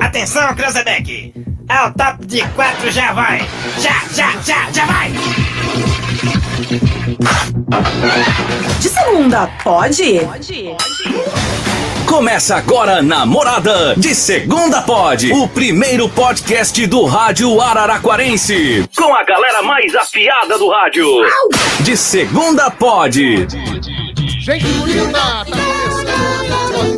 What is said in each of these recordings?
Atenção, Cranzebeck! É o top de quatro, já vai! Já, já, já, já vai! De segunda, pode? Começa agora na Morada de Segunda Pod, o primeiro podcast do rádio araraquarense, com a galera mais afiada do rádio. De Segunda Pod. Gente bonita, tá começando o episódio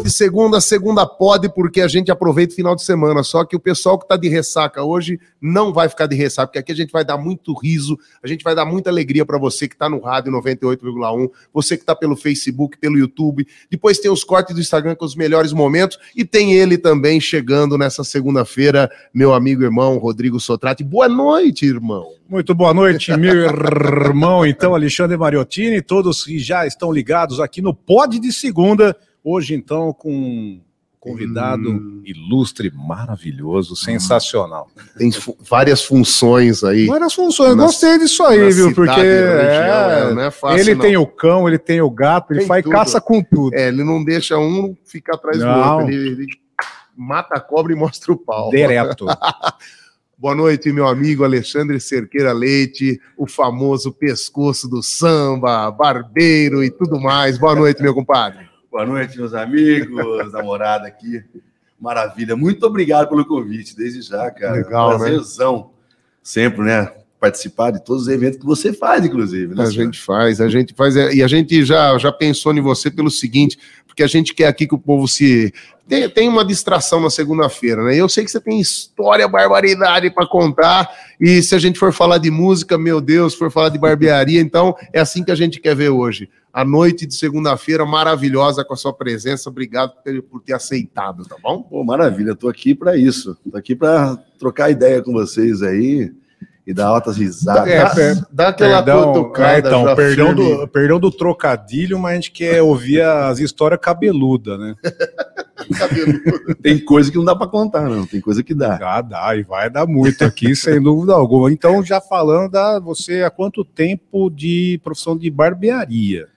de segunda, segunda pode, porque a gente aproveita o final de semana. Só que o pessoal que tá de ressaca hoje não vai ficar de ressaca, porque aqui a gente vai dar muito riso, a gente vai dar muita alegria para você que tá no rádio 98,1, você que tá pelo Facebook, pelo YouTube. Depois tem os cortes do Instagram com os melhores momentos e tem ele também chegando nessa segunda-feira, meu amigo irmão Rodrigo Sotrate. Boa noite, irmão. Muito boa noite, meu irmão. Então, Alexandre Mariottini, todos que já estão ligados aqui no Pod de Segunda. Hoje, então, com um convidado Hum. ilustre, maravilhoso, sensacional. Tem fu- várias funções aí. Várias funções, Na- gostei disso aí, na viu? cidade, Porque na é, região, é, não é fácil, ele não. tem o cão, ele tem o gato, ele Tem faz tudo. caça com tudo. É, ele não deixa um ficar atrás do Não. outro. Ele, ele mata a cobra e mostra o pau. Direto. Boa noite, meu amigo Alexandre Cerqueira Leite, o famoso pescoço do samba, barbeiro e tudo mais. Boa noite, meu compadre. Boa noite, meus amigos, namorada aqui. Maravilha. Muito obrigado pelo convite, desde já, cara. Legal, né? Prazerzão. Sempre, né? Participar de todos os eventos que você faz, inclusive. Né, A senhor? gente faz, a gente faz. é, E a gente já, já pensou em você pelo seguinte, porque a gente quer aqui que o povo se. Tem, tem uma distração na segunda-feira, né? Eu sei que você tem história, barbaridade para contar, e se a gente for falar de música, meu Deus, for falar de barbearia, então é assim que a gente quer ver hoje. A noite de segunda-feira maravilhosa com a sua presença. Obrigado por- por ter aceitado, tá bom? Pô, maravilha. Tô aqui para isso. Tô aqui para trocar ideia com vocês aí e dar altas risadas. É, dá, dá aquela perdão, cutucada. é, então, já perdão, firme. do, perdão do trocadilho, mas a gente quer ouvir as histórias cabeludas, né? é. Tem coisa que não dá para contar, não. Tem coisa que dá. Ah, dá, e vai dar muito aqui, sem dúvida alguma. Então, já falando da você, há quanto tempo de profissão de barbearia?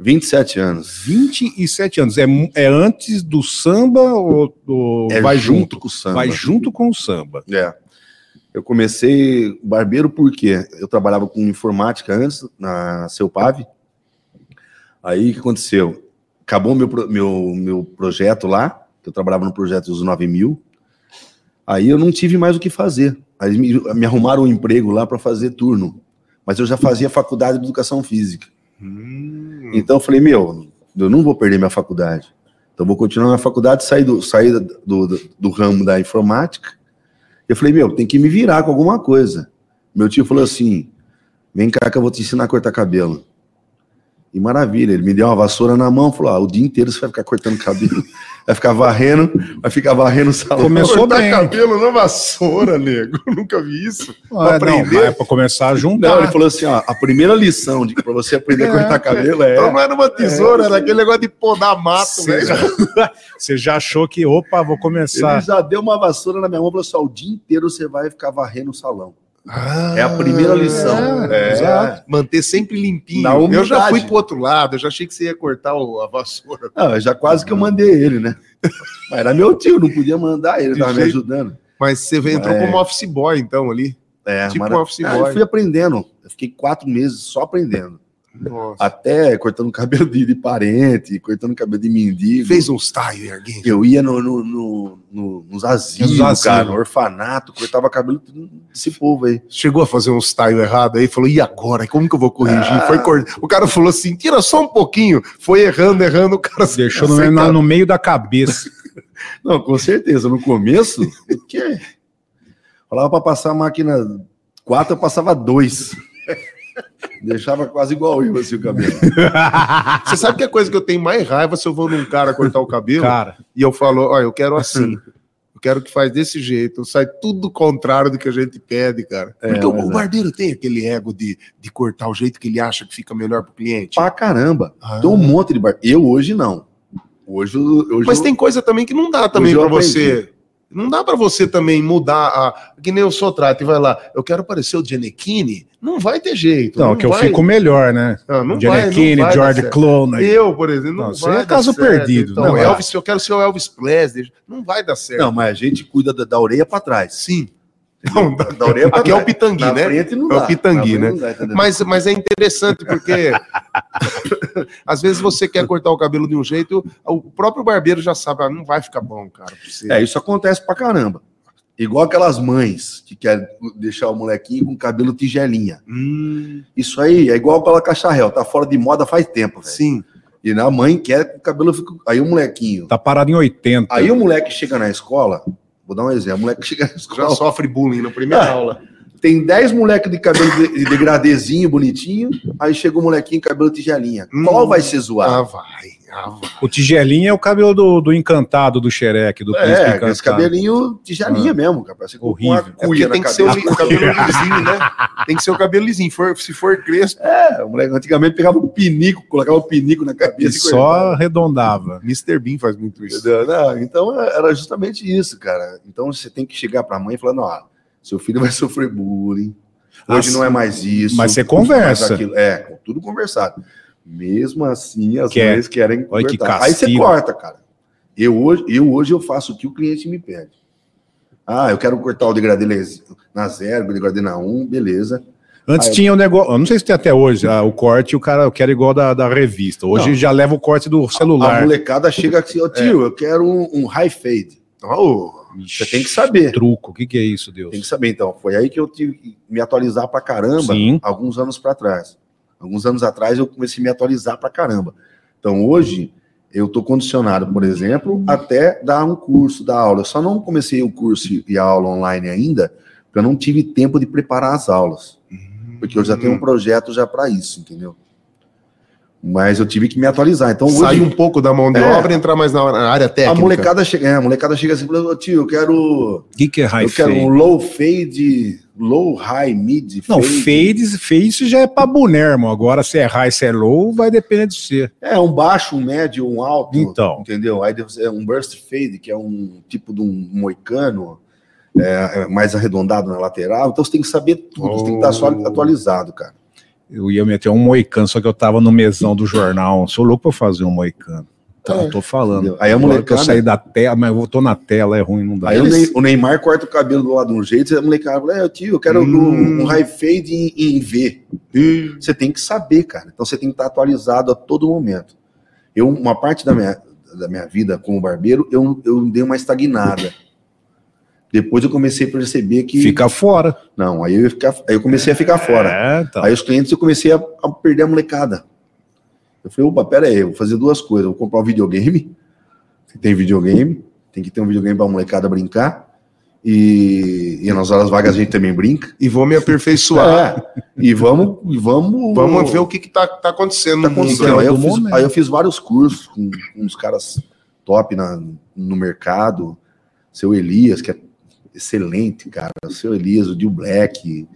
27 anos. 27 anos. É, mu- é antes do samba ou, ou É vai junto? com o samba. Vai junto com o samba. É. Eu comecei barbeiro porque eu trabalhava com informática antes, na Celpave. Aí o que aconteceu? Acabou meu, pro- meu, meu projeto lá, que eu trabalhava no projeto dos 9 mil. Aí eu não tive mais o que fazer. Aí me, me arrumaram um emprego lá para fazer turno. Mas eu já fazia faculdade de educação física. Hum. Então eu falei, meu, eu não vou perder minha faculdade. Então eu vou continuar na faculdade, sair do, sair do, do, do ramo da informática. Eu falei, meu, tem que me virar com alguma coisa. Meu tio falou assim: vem cá que eu vou te ensinar a cortar cabelo. E maravilha, ele me deu uma vassoura na mão, falou: ah, o dia inteiro você vai ficar cortando cabelo, vai ficar varrendo, vai ficar varrendo o salão. Começou Cortar bem. cabelo na vassoura, nego. Nunca vi isso. Ah, não, aprender? mas é pra começar a Não, ele juntar. falou assim: ó, a primeira lição de para você aprender a cortar cabelo é. Então não era uma tesoura, era aquele negócio de podar mato, Você velho. já, você já achou que, opa, vou Ele começar. já deu uma vassoura na minha mão e falou assim: ó, o dia inteiro você vai ficar varrendo o salão. Ah, É a primeira lição. é. É, exato. Manter sempre limpinho. Na Eu humildade. já fui pro outro lado, eu já achei que você ia cortar o- a vassoura. Não, é já quase que eu mandei ele, né? Mas era meu tio, não podia mandar, De ele estava me jeito- ajudando. Mas você veio- entrou É. como office boy, então, ali. É, tipo mara- um office Ah, eu boy. fui aprendendo. Eu fiquei quatro meses só aprendendo. Ah, Nossa. Até cortando cabelo de, de parente, cortando cabelo de mendigo. Fez uns tire, alguém. Eu ia no, no- no- no- nos asilos, Nos asilos. cara, no orfanato, cortava cabelo tudo desse povo aí. Chegou a fazer uns tile errado aí, falou, e agora? Como que eu vou corrigir? Ah. Foi cor- O cara falou assim, tira só um pouquinho. Foi errando, errando, o cara... Deixou no, na- tá- no meio da cabeça. Não, com certeza. No começo, o quê? Falava pra passar a máquina quatro, eu passava dois. Deixava quase igual eu assim, o cabelo. Você sabe que a coisa que eu tenho mais raiva se eu vou num cara cortar o cabelo? Cara, E eu falo, ó, eu quero assim. Eu quero que faz desse jeito. Sai tudo contrário do que a gente pede, cara. Porque o, mas o é. barbeiro tem aquele ego de, de cortar o jeito que ele acha que fica melhor pro cliente. Pra caramba. Ah. Tem um monte de bar. Eu hoje não. Hoje, eu- hoje Mas eu- tem coisa também que não dá também Hoje eu pra você Não dá pra você também mudar a. Que nem o Sotrato e vai lá, eu quero parecer o Giannichini. Não vai ter jeito. Então, não que eu vai- fico melhor, né? Ah, não vai- não Giannichini, vai dar George certo. Clooney. Eu, por exemplo, não, Não, isso vai aí é dar caso certo. perdido, Então, não é. vai. Elvis, eu quero ser o Elvis Presley. Não vai dar certo. Não, mas a gente cuida da, da orelha pra trás. Sim. Da, da orelha pra Aqui é o trás. pitangui, Na né? frente não É o dá. pitangui, Na frente né? não dá, entendeu? Mas, mas é interessante porque às vezes você quer cortar o cabelo de um jeito, o próprio barbeiro já sabe, ah, não vai ficar bom, cara. pra você. É, isso acontece pra caramba. Igual aquelas mães que querem deixar o molequinho com cabelo tigelinha. Hum, Isso aí é igual aquela cacharel, tá fora de moda faz tempo, velho. sim. E na mãe quer que o cabelo fique. Aí o molequinho. Tá parado em 80. Aí o moleque chega na escola, vou dar um exemplo, o moleque chega na Já escola, sofre bullying na primeira Ah. aula. tem 10 moleques de cabelo de, de degradezinho, bonitinho, aí chega o molequinho com cabelo tigelinha. Hum. Qual vai ser zoado? Ah, vai. Ah, vai. O tigelinha é o cabelo do, do encantado, do xereque, Ah, do príncipe é, encantado. esse cabelinho tigelinha mesmo, cara. Parece que colocou uma Horrível. É cuia porque na tem que ser o, cabeça. li- o cabelo lisinho, né? Tem que ser o cabelo lisinho. For- se for crespo, É, o moleque antigamente pegava o pinico, colocava o pinico na E cabeça. e cortava. só arredondava. Mr. Bean faz muito isso. Entendeu? Não, então é- era justamente isso, cara. Então você tem que chegar pra mãe e falar: não, ah, seu filho vai sofrer bullying. Hoje Ah, não é mais isso. mas você hoje não é mais conversa. aquilo. É, com tudo conversado. Mesmo assim, as Quer. mães querem é- Olha que conversar. Aí você castigo. corta, cara. Eu hoje, eu hoje eu faço o que o cliente me pede. Ah, eu quero cortar o degradê les- na zero, o degradê na um, beleza. Antes Aí- tinha o negócio, eu não sei se tem até hoje, ah, o corte, o cara quer igual da, da revista. Hoje Não. já leva o corte do A celular. molecada chega assim, ó, É. tio, eu quero um, um high fade. Oh, você tem que saber. Truco, o que, que é isso, Deus? Tem que saber, então. Foi aí que eu tive que me atualizar pra caramba Sim. alguns anos pra trás. Alguns anos atrás eu comecei a me atualizar pra caramba. Então hoje eu tô condicionado, por exemplo, até dar um curso, dar aula. Eu só não comecei o curso e a aula online ainda, porque eu não tive tempo de preparar as aulas. Porque eu já Hum. tenho um projeto já pra isso, entendeu? Mas eu tive que me atualizar. Então hoje Sair um pouco da mão de É. obra e entrar mais na na área técnica. a molecada chega, é, a molecada chega assim, e fala, "Ô, tio, eu quero O que, que é high eu quero um fade? low fade, low, high, mid, Não, fade, fade isso já é pra boné, irmão. Agora se é high, se é low, vai depender de você. É, um baixo, um médio, um alto. Então. Entendeu? Aí deve ser um burst fade, que é um tipo de um moicano, é, é mais arredondado na lateral. Então você tem que saber tudo, você tem que estar só Oh. atualizado, cara. Eu ia meter um moicano, só que eu tava no mesão do jornal. Sou louco pra fazer um moicano. Tá, É. eu tô falando. Entendeu? Aí a Agora molecada- que Eu saí da tela, mas eu tô na tela, é ruim, não dá. tá, né? Aí o Eles- Ney- o Neymar corta o cabelo do lado de um jeito, e a molecada fala, é, tio, eu quero Hum. um, um high fade em, em V. Você tem que saber, cara. Então você tem que estar atualizado a todo momento. Eu, uma parte da minha, da minha vida como barbeiro, eu, eu dei uma estagnada. Depois eu comecei a perceber que. Fica fora. Não, aí eu, ia ficar- aí eu comecei a ficar fora. É, Tá. então. Aí os clientes eu comecei a, a perder a molecada. Eu falei, opa, pera aí, eu vou fazer duas coisas. Eu vou comprar um videogame. Se tem videogame, tem que ter um videogame pra molecada brincar. E, e nas horas vagas a gente também brinca. E vou me aperfeiçoar. É, e vamos, e vamos. Vamos ver o que, que tá, tá acontecendo tá no mundo. acontecendo. né? Aí eu, do fiz, momento. aí eu fiz vários cursos com, com uns caras top na- no mercado. Seu Elias, que é excelente, cara. O seu Elias, o Dil Black.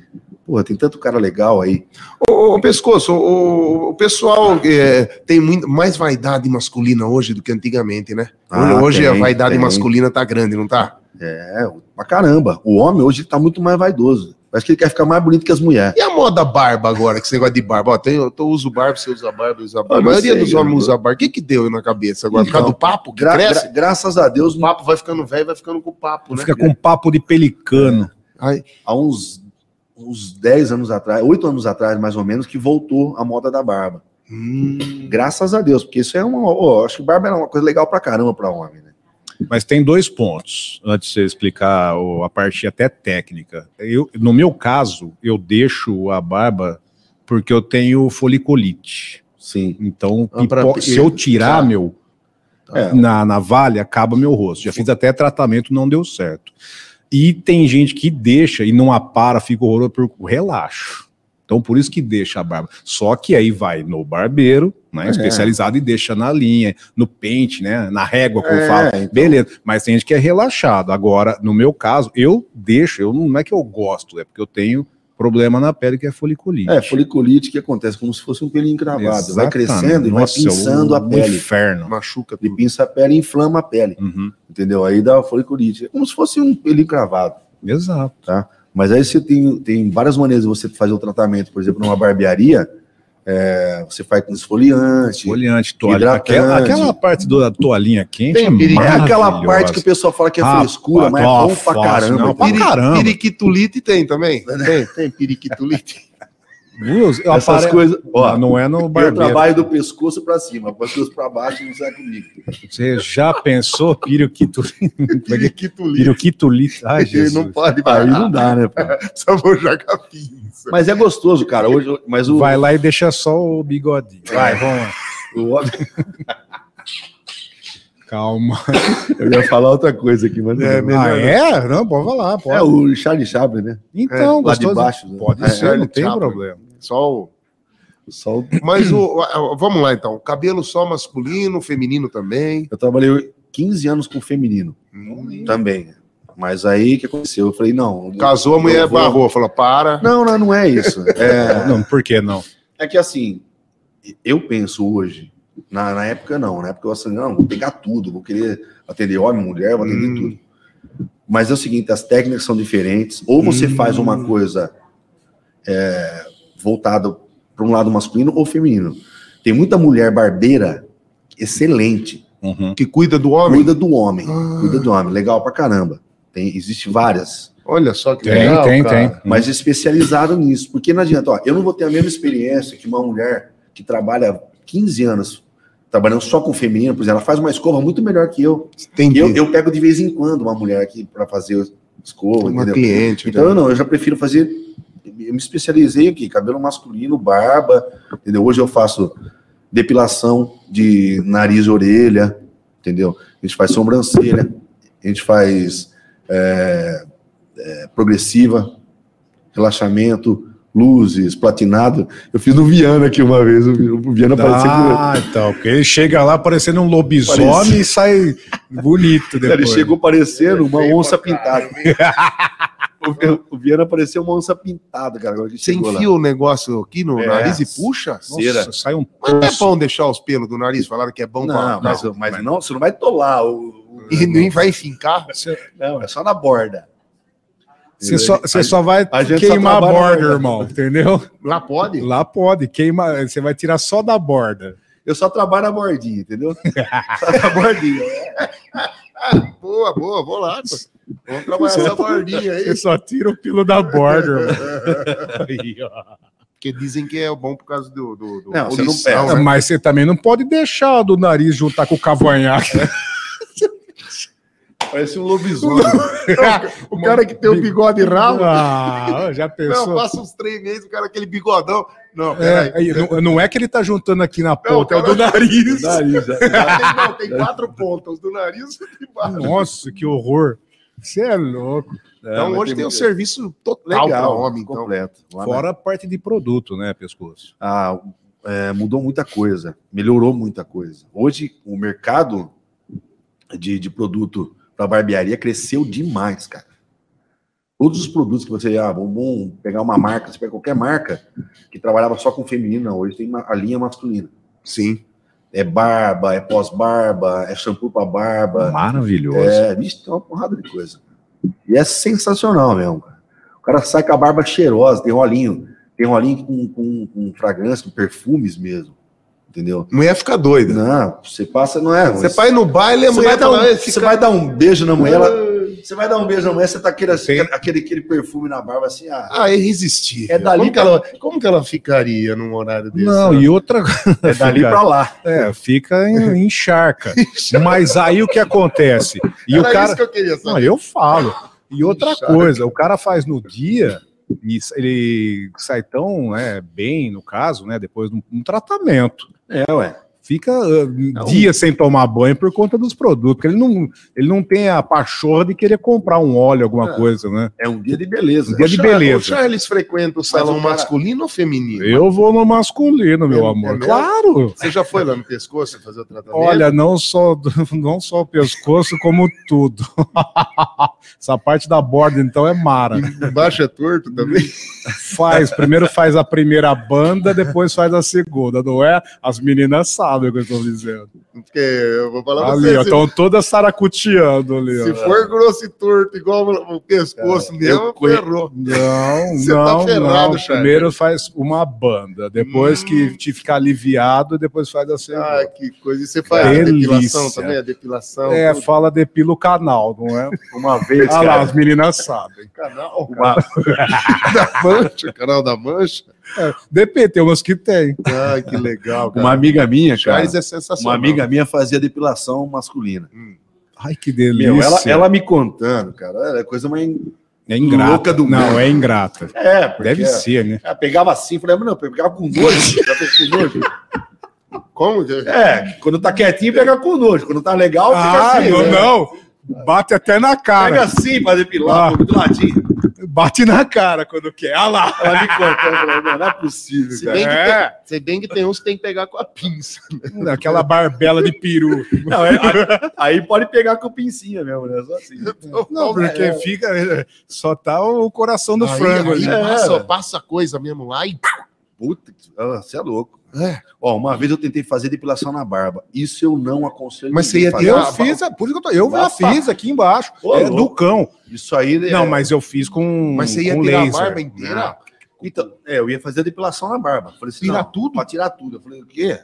Porra, tem tanto cara legal aí. Ô, ô, pescoço, ô, ô, o pessoal é, tem muito, mais vaidade masculina hoje do que antigamente, né? Hoje, Ah, hoje a tem, vaidade tem. masculina tá grande, não tá? É, pra caramba. O homem hoje tá muito mais vaidoso. Parece que ele quer ficar mais bonito que as mulheres. E a moda barba agora, que esse negócio de barba? Ó, tem, eu tô, uso barba, você usa barba, eu uso barba. Ah, a não maioria sei, dos eu homens não- usa barba. O que que deu na cabeça agora? Por causa Então, do papo que Gra- cresce? gra- graças a Deus, O papo vai ficando velho, vai ficando com o papo, né? Fica com um papo de pelicano. Ai, há uns, uns 10 anos atrás, 8 anos atrás, mais ou menos, que voltou a moda da barba. hum, Graças a Deus, porque isso é uma. ó, acho que barba era uma coisa legal pra caramba pra homem, né? Mas tem dois pontos, antes de você explicar o- a parte até técnica. Eu, no meu caso, eu deixo a barba porque eu tenho foliculite. Sim. Então, Ah, pra- pipo- se eu Tá. tirar, meu, É. na navalha, acaba meu rosto. Já fiz até tratamento, não deu certo. E tem gente que deixa e não apara, fica horroroso, por relaxo. Então, por isso que deixa a barba. Só que aí vai no barbeiro, né, É. especializado, e deixa na linha, no pente, né, na régua, como É, fala. então. Beleza, mas tem gente que é relaxado. Agora, no meu caso, eu deixo, eu não não é que eu gosto, é porque eu tenho problema na pele que é foliculite. É, foliculite que acontece como se fosse um pelinho encravado. Vai Exatamente. crescendo e vai Nossa, pinçando o- a o pele. inferno. Machuca Ele tudo. pinça a pele e inflama a pele, Uhum. entendeu? Aí dá foliculite. É como se fosse um pelinho encravado, Exato. tá? Mas aí você tem, tem várias maneiras de você fazer o tratamento. Por exemplo, numa barbearia, é, você faz com esfoliante. Esfoliante, toalha. hidratante. Aquela, aquela parte do- da toalhinha quente. Tem piriri- É maravilhosa. aquela parte que o pessoal fala que é Rapaz, frescura, mas é ó, bom pra fácil, caramba. não, pra Piri- caramba. Piriquitulite tem também? É. Tem, tem piriquitulite. Viu? Eu Essas apare- coisas. Ó, Não, não é no eu barbeiro. trabalho do pescoço pra cima, pescoço pra baixo não sai comigo. Você já pensou piriquitulite? é Piriquitulite. piriquitulite. Ai, Jesus. Não pode Aí parar. não dá, né, pá? Só vou jogar pinça. Mas é gostoso, cara. Hoje, eu- mas o, Vai lá e deixa só o bigodinho. Vai, vamos lá. o homem- Calma. Eu ia falar outra coisa aqui, mas. É, Ah, é? Não, pode falar, É, pode. o Charlie Chaplin, né? Então, é, lá de gostoso. baixo, né? Pode É, ser, não Charlie tem Chaplin. problema. Só o... Só o- Mas o, a- a- vamos lá então. Cabelo só masculino, feminino também. Eu trabalhei 15 anos com feminino também. Mas aí o que aconteceu? Eu falei, não. Hum. Casou, a mulher eu vou- barrou. Falou, para. Não, não, não é isso. É, Não, por que não? é que assim, eu penso hoje, na, na época não, na época eu assim, não, vou pegar tudo, vou querer atender homem, mulher, vou atender Hum. tudo. Mas é o seguinte, as técnicas são diferentes, ou você Hum. faz uma coisa é, voltada para um lado masculino ou feminino. Tem muita mulher barbeira excelente, Uhum. Que cuida do homem. cuida do homem, Ah. cuida do homem, legal pra caramba. Tem, existe várias, Olha só que Tem, legal, tem, cara. tem. mas especializado nisso, porque não adianta, ó, eu não vou ter a mesma experiência que uma mulher que trabalha 15 anos trabalhando só com feminino, por exemplo, ela faz uma escova muito melhor que eu. Entendi. Eu, eu pego de vez em quando uma mulher aqui pra fazer escova, Uma entendeu? cliente. Então eu não, eu já prefiro fazer. Eu me especializei aqui, cabelo masculino, barba, entendeu? Hoje eu faço depilação de nariz e orelha, entendeu? A gente faz sobrancelha, a gente faz é, é, progressiva, relaxamento, luzes, platinado. Eu fiz no Viana aqui uma vez, o Vi- o Viana apareceu Ah, então, porque ele chega lá parecendo um lobisomem Parece. e sai bonito depois. Cara, né? ele chegou parecendo uma onça pintada. O- O Viana parecia uma onça pintada, cara. agora que Você chegou lá. enfia o negócio aqui no É. nariz e puxa? Nossa, Cera. sai um Mas não é bom deixar os pelos do nariz, falaram que é bom Não, pra... mas, é mas não, você não vai tolar. O, o- E nem vai fincar? não, é só na borda. Você só, você A- só vai a gente só queimar a trabalha na borda, borda. irmão, entendeu? Lá pode? Lá pode, queima, você vai tirar só da borda. Eu só trabalho na bordinha, entendeu? só na bordinha. Boa, boa, vou lá. pô. Vamos é trabalhar essa bordinha aí. Você só tira o pilo da borda, irmão. Aí, ó. Porque dizem que é bom por causa do... do, do Não, você não poluição, pega. né? Mas você também não pode deixar do nariz juntar com o cavanhaque. Parece um lobisomem. É, O cara que tem o bigode ralo... Ah, já Não, pensou? passa uns três meses, o cara aquele bigodão. Não, peraí. É, aí, não, não é que ele tá juntando aqui na ponta, é cara- o do nariz. Nariz, é. Tem, não, tem quatro pontas, do nariz e de baixo. Nossa, que horror. Você é louco. então É, mas hoje tem tem um muito- serviço total para Legal, homem, homem, então. completo. Lá na- Fora a parte de produto, né, pescoço? Ah, é, mudou muita coisa, melhorou muita coisa. Hoje, o mercado de, de produto para barbearia cresceu demais, cara. Todos os produtos que você, ah, vamos- vamos pegar uma marca, você pega qualquer marca que trabalhava só com feminino, não, hoje tem uma- a linha masculina. Sim. É barba, é pós-barba, é shampoo para barba, Maravilhoso. é, vixe, tem uma porrada de coisa. E é sensacional mesmo. cara. O cara sai com a barba cheirosa, tem rolinho. Tem rolinho com, com, com fragrância, com perfumes mesmo. Entendeu? Mulher fica doida. Não, você passa, não é. Você mas- vai no baile, a você vai, mulher dar um, fala, "Ei, você fica- vai dar um beijo na mulher, ela- você vai dar um beijo na mulher, você tá aquele, aquele, aquele perfume na barba assim, ah, Ah, é irresistível. É dali como, que pra- ela, como que ela ficaria num horário desse? Não, e outra é dali fica- pra lá. É, fica em, em charca. Mas aí o que acontece? E Era o cara. isso que eu queria Não, saber. eu falo. E outra charca. coisa, o cara faz no dia e ele sai tão né, bem, no caso, né? Depois de um, um tratamento. É, ué. fica ah, dias sem tomar banho por conta dos produtos, porque ele não, ele não tem a pachorra de querer comprar um óleo, alguma É. coisa, né? É um dia de beleza. Um dia de Char- beleza. O Charles frequenta o salão o cara- masculino ou feminino? Eu vou no masculino, meu É- é amor. mesmo? claro! Você já foi lá no pescoço fazer o tratamento? Olha, não só, não só o pescoço, como tudo. Essa parte da borda, então, é mara. embaixo é torto também. Faz, primeiro faz a primeira banda, depois faz a segunda, não é? As meninas sabem o que eu estou dizendo. Porque eu vou falar pra Ali, ó, você, estão todas saracuteando ali, se, se ó. for grosso e torto, igual o pescoço mesmo, ferrou. Não, Você não, tá ferrado, Hum. não. Charles. Primeiro faz uma banda, depois que te ficar aliviado, depois faz a segunda. Ah, que coisa. E você faz a Delícia. depilação também? A depilação? é, tudo? fala depila o canal, não é? Uma vez, Ah lá, cara, as meninas sabem. canal uma- da Mancha, canal da Mancha. É, DP, tem umas que tem. Ah, que legal, cara. uma amiga minha, cara, Charles é uma sensacional. amiga minha fazia depilação masculina. Ai, que delícia. Meu, ela, ela me contando, cara, era coisa mais... é ingrata. louca do não, mundo. é ingrata. É, porque Deve ser, né? Ela pegava assim, falei, mas não, pegava com nojo. já pegou com nojo. Como? É, quando tá quietinho, pega com nojo. Quando tá legal, fica Ah, assim. não, né? não. Bate até na Pega cara. assim pra depilar, Ah. um pouco do ladinho. Bate na cara quando quer. Ah lá. Ela me contando, falou, não, não é possível, Se cara. bem, que É. tem, se bem que tem uns que tem que pegar com a pinça. Aquela barbela de peru. Não, é- aí, aí pode pegar com pincinha mesmo, né? Só assim. Não, porque fica. Só tá o coração do Então, é. Aí- frango aí É. ali. né? passa, passa coisa mesmo lá e Puta, que- ah, você é louco. Ó, uma vez eu tentei fazer depilação na barba. Isso eu não aconselho. Mas você ninguém ia fazer. Eu Ah, fiz, é por isso que eu, tô, eu já Nossa. fiz aqui embaixo. Ô, é do louco. cão. Isso aí. é- Não, mas eu fiz com. Mas você ia com tirar a laser. barba inteira? Então, é, eu ia fazer a depilação na barba. Falei assim, Tirar não, tudo? Pra tirar tudo. Eu falei, o quê?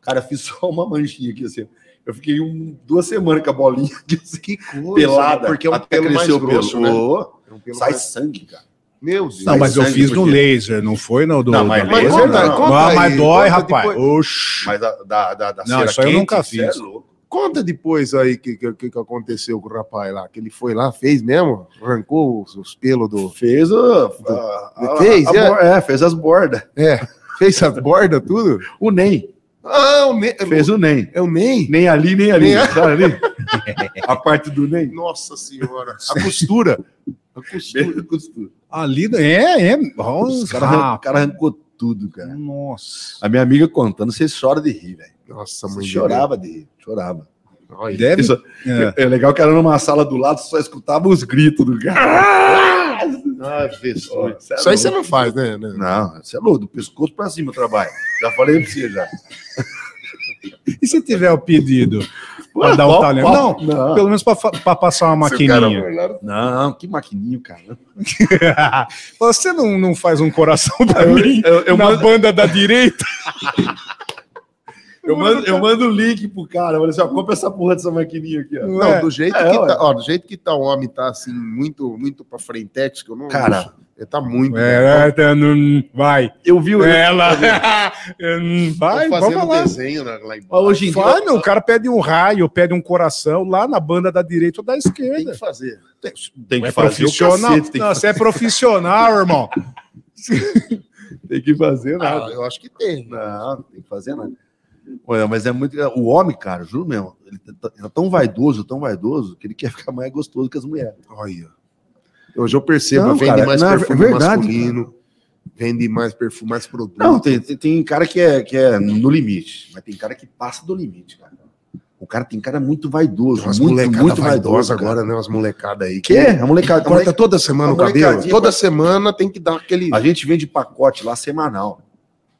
Cara, eu fiz só uma manchinha aqui, assim. Eu fiquei um- duas semanas com a bolinha aqui, assim, Que coisa. pelada. Porque é um até pelo mais crescer o grosso, né? pelo. É um pelo Sai mais- sangue, cara. Meu Deus. Não, mas eu Sangue fiz é por no quê? laser, não foi no do. Não, mas do laser laser, não. não. Conta Ah, aí, mas dói, conta rapaz. depois. Oxi. Mas a- da, da, da Não, cera isso aí eu quente, nunca cê é fiz. louco. Conta depois aí o que, que, que aconteceu com o rapaz lá. Que ele foi lá, fez mesmo? Arrancou os, os pelos do. Fez o. a- a- Fez, a é? bor- é, fez as bordas. É. Fez as bordas, tudo? O NEM. Ah, o Ney. Fez o NEM. É o Ney? Nem ali, nem ali. Nem a- Tá ali? a parte do NEM. Nossa senhora. A costura. A é costura. Ali é, é. Nossa, Os cara, arran- o cara arrancou tudo, cara. Nossa. A minha amiga contando, você chora de rir, velho. Nossa, Você mãe. chorava de rir, chorava. Olha. Deve. Isso- É. É legal que era numa sala do lado, só escutava os gritos do cara. Ah, Jesus. Ó, cê é Isso aí você louco. não faz, né? né? Não, você é louco, do pescoço pra cima eu trabalho. Já falei pra você já. E se tiver o pedido? Pra dar um talento? Não, não. pelo menos pra, fa- pra passar uma Ah. Se o cara maquininha. for lá, Não, que maquininho, cara. Você não, não faz um coração pra Eu- mim eu- eu na banda da direita? Eu mando, eu mando o link pro cara. Eu falei assim, ó, compra essa porra dessa maquininha aqui, ó. Não, do jeito É, que ué. tá, ó, do jeito que tá o homem tá assim muito muito para frente, é que eu não Cara. ele tá muito. É, tá, não- vai. Eu vi o. Ela. Hum, vai, vai vamos fazendo lá. desenho lá, lá Ó, embaixo. Hoje em dia, Vai, meu, o cara pede um raio, pede um coração lá na banda da direita ou da Tem esquerda. que fazer. tem É profissional. cacete, tem, Não, você é profissional, irmão. que, tem que fazer Ah, nada. eu acho que tem. né? Não, não tem que fazer nada. Olha, mas é muito. O homem, cara, juro mesmo, ele tá, ele tá tão vaidoso, tão vaidoso, que ele quer ficar mais gostoso que as mulheres. Olha. Hoje eu percebo, Não, vende cara, mais não, é perfume verdade, masculino, vende mais perfume, mais produto. Não, tem, tem, tem cara que é, que é no limite, mas tem cara que passa do limite, cara. O cara tem cara muito vaidoso, umas muito, molecadas muito vaidosas vaidoso agora, tá agora. né? Umas molecadas aí. Que? A molecada. Corta toda semana a o cabelo. molecadinha- Toda semana tem que dar aquele. A gente vende pacote lá semanal.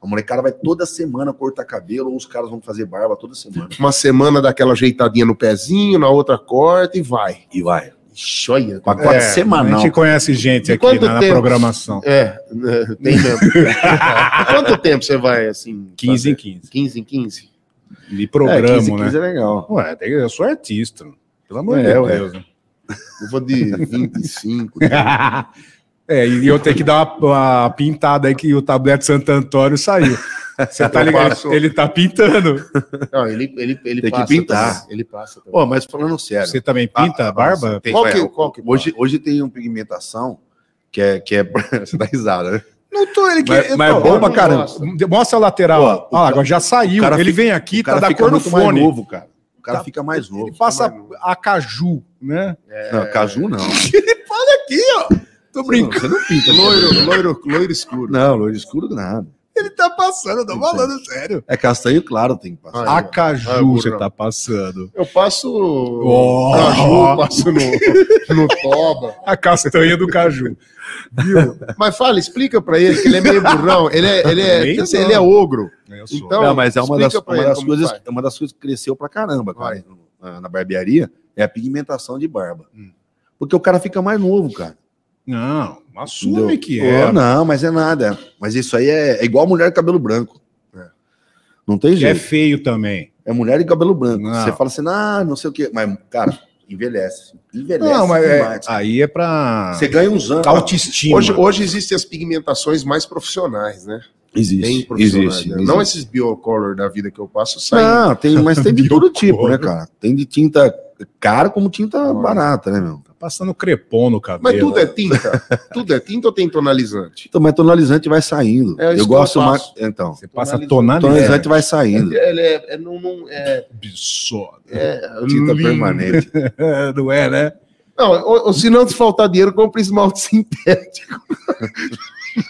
A molecada vai toda semana cortar cabelo, ou os caras vão fazer barba toda semana. Uma semana daquela ajeitadinha no pezinho, na outra corta e vai. E vai. Ixi, olha. Pacote É, A semanal. gente conhece gente De aqui quanto na, na tempo? programação. É, né, tem mesmo. Quanto tempo você vai assim? 15 em fazer? 15. 15 em 15? De programa, é, 15, né? 15 é legal. Ué, tem- eu sou artista. Pelo amor É, de ué. Deus. né? Eu vou de 25. né? é, e eu tenho que dar uma, uma pintada aí que o tablete Santo Antônio saiu. Você tá ligado? Passou. Ele tá pintando. Não, ele, ele, ele Tem que passa. pintar. também, Ele passa. também. Pô, mas falando sério. Você também pinta a barba? Ah, Tem, Qual é, que- qual que hoje, hoje tem uma pigmentação que é. Que é você dá risada, né? Não tô, ele Mas- eu mas tô- é bom pra então, eu- caramba. Mostra a lateral. Ó, Ó, o lá, ca- agora já saiu. o cara Ele fica- vem aqui, o tá cara da fica cor do muito mais fone. novo, cara. O cara Tá- fica mais novo. Ele passa fica mais novo. a caju, né? Não, caju não. Olha aqui, ó. Tô brincando. Você não pinta. Loiro, loiro, loiro escuro. Não, loiro escuro nada. Ele tá passando, eu tô falando sério. É castanho claro, tem que passar. Ah, A caju Ah, burro. você tá passando. Eu passo. Oh. Ó. Caju, passo no, no toba. A castanha do caju. Viu? Mas fala, explica pra ele que ele é meio burrão. Ele é, ele é, Meio quer dizer, não. ele é ogro. Eu sou. Então, Não, mas é uma das, explica pra uma ele das como coisas, faz. é uma das coisas que cresceu pra caramba, cara, na, na barbearia, é a pigmentação de barba. Hum. Porque o cara fica mais novo, cara. não, entendeu? assume que é. Oh, não, mas é nada. Mas isso aí é, é igual mulher de cabelo branco. É. Não tem Que é jeito. feio também. É mulher de cabelo branco. Não. Você fala assim, ah, não sei o quê. Mas, cara, envelhece. Envelhece Não, mas é- demais. Ah, aí é pra Você ganha uns anos. autoestima. Hoje, hoje existem as pigmentações mais profissionais, né? Existe. Bem profissionais. né? Não esses biocolor da vida que eu passo saindo. Não, tem, mas tem de todo tipo, né, Biocor. cara? Tem de tinta cara como tinta Olha. barata, né, meu? Tá passando crepom no cabelo. Mas tudo é tinta. tudo é tinta ou tem tonalizante? Então, mas tonalizante vai saindo. É, isso eu que eu gosto mais. faço. Então, Você passa tonalizante tonalizante. vai saindo. Ele é, é, não, não, é, Absurdo. é Tinta lindo. permanente. Não é, né? Não, ou, ou se não te faltar dinheiro, compra esmalte sintético.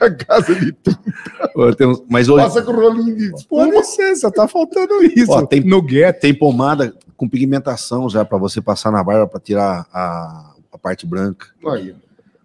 Na casa de tu. Ô, tem uns- mas hoje Passa com o rolinho de. Pô, licença, tá faltando isso. Ó, tem- No gueto. tem pomada com pigmentação já pra você passar na barba pra tirar a, a parte branca. Aí, ó.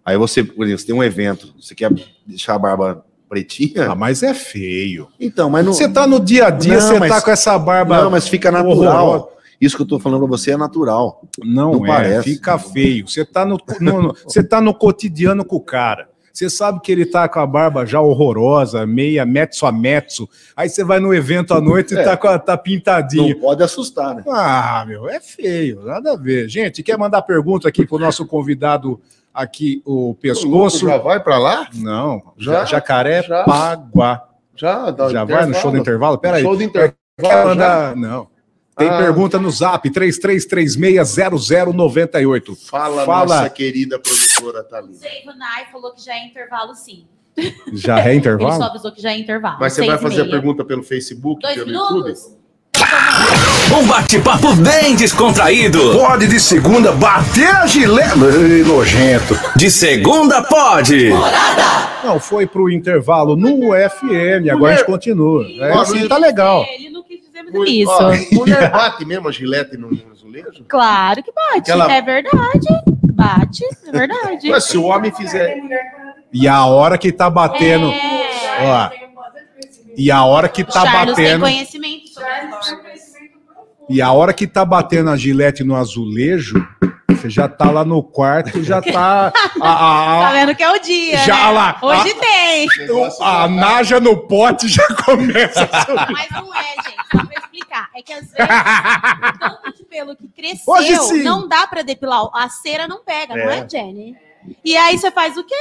Aí você, por exemplo, você tem um evento, você quer deixar a barba pretinha? Ah, mas é feio. Então, mas não. Você tá no dia a dia, Não, você mas- tá com essa barba. Não, mas fica natural. horrorosa. Isso que eu tô falando pra você é natural. Não, Não é, parece. fica feio. Você tá no, no- no- você tá no cotidiano com o cara. Você sabe que ele tá com a barba já horrorosa, meia metso a metso. Aí você vai no evento à noite e É. tá, com a- tá pintadinho. Não pode assustar, né? Ah, meu, é feio, nada a ver. Gente, quer mandar pergunta aqui pro nosso convidado aqui, o Pescoço? Já vai pra lá? Não, Já? já, Jacaré Já? Paguá. Já, dá o Já vai no show do intervalo? Peraí. Show do intervalo. Quer mandar? Não. Tem Ah. pergunta no zap 33360098. Fala, Fala. nossa querida produtora Thalita. O Nai falou que já é intervalo, sim. Já é Ele só intervalo? avisou que já é intervalo. Mas você Seis vai e fazer a meia. pergunta pelo Facebook, Dois pelo minutos? Um bate-papo bem descontraído. Pode de segunda bater a gileta. Ih, Nojento. De segunda pode. Não, foi pro intervalo no FM, agora a gente continua. É, Ó, assim, tá legal. Ele não quis dizer muito Mulher- isso. ó, mulher bate mesmo a gilete no no azulejo? Claro que bate. Aquela- É verdade. Bate, é verdade. Mas se o homem fizer. E a hora que tá batendo. É. Ó. E a hora que tá Charles tem batendo. conhecimento sobre as normas. E a hora que tá batendo a gilete no azulejo, você já tá lá no quarto, já Tá tá. A, a, a, vendo que é o dia. Já, né? olha lá. Hoje tem. a naja no pote já começa. a subir. Mas não é, gente. Só pra explicar. É que às vezes, tanto de pelo que cresceu, Hoje sim. não dá pra depilar. A cera não pega, não É. é, Jenny? E aí você faz o quê?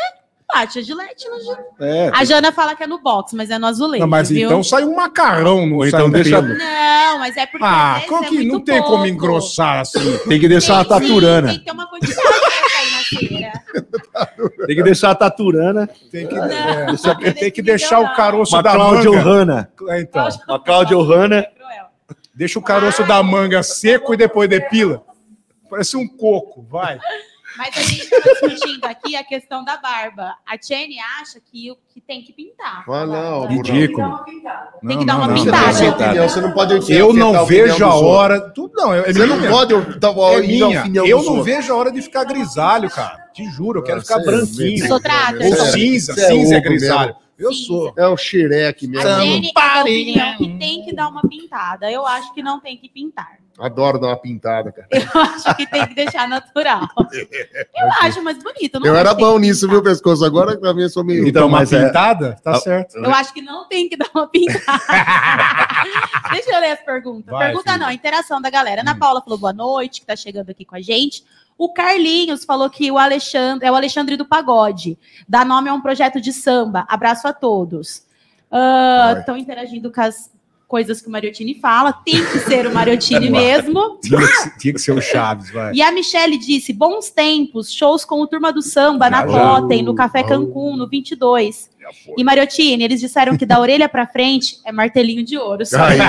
Bate a gilete no gilete. É. A Jana fala que é no box, mas é no azulejo, Não, mas viu? então sai um macarrão no Então sai um deixa- pelo. Não, mas é porque Ah, às vezes como é que muito não tem como pouco. engrossar assim? Tem que deixar a Tem sim, taturana. Tem que ter uma quantidade pra sair na cera. Tem que deixar a taturana. Tem que, Não, é, não é tem desse que deixar nível, o não. caroço Uma da Cláudia manga. Ohana. É, Tá, então, Uma Cláudia É Ohana. cruel. deixa o caroço da manga seco e depois depila. Parece um coco, vai. Mas a gente estava discutindo aqui a questão da barba. A Jenny acha que, o- que tem que pintar. Ah, não, Barba. Ridículo. Tem que dar uma Você pintada. Tá, tem sua já tá. opinião, você não pode enfiar- Eu afetar não opinião vejo a dos outros. hora. Tudo não, é Você não minha. pode dar uma É hora minha. Eu não vejo a hora de ficar grisalho, cara. Te juro, eu quero ficar branquinho. Sou trata. Ou cinza, cinza é grisalho. Eu Cinza. sou. É um xireque mesmo. A Jenny é da opinião que tem que dar uma pintada. Eu acho que não tem que pintar. Adoro dar uma pintada, cara. Eu acho que tem que deixar natural. Eu acho mais bonito. não Eu acho era que tem bom que nisso, pintar. viu, pescoço? Agora pra mim eu sou meio. Então, uma mas é- pintada? Tá Ah, certo. Eu acho que não tem que dar uma pintada. Deixa eu ler as perguntas. Vai, Hum. Pergunta filha. não, interação da galera. Ana Paula falou boa noite, que tá chegando aqui com a gente. O Carlinhos falou que o Alexandre é o Alexandre do Pagode. Dá nome a um projeto de samba. Abraço a todos. Estão Ah, interagindo com as coisas que o Mariottini fala, tem que ser o Mariottini mesmo. Tinha que, ser- tinha que ser o Chaves, vai. E a Michelle disse: bons tempos, shows com o Turma do Samba, na Caramba. Totem, no Café Cancún, no 22. E Mariottini, eles disseram que da orelha pra frente é martelinho de ouro. só Aí. isso.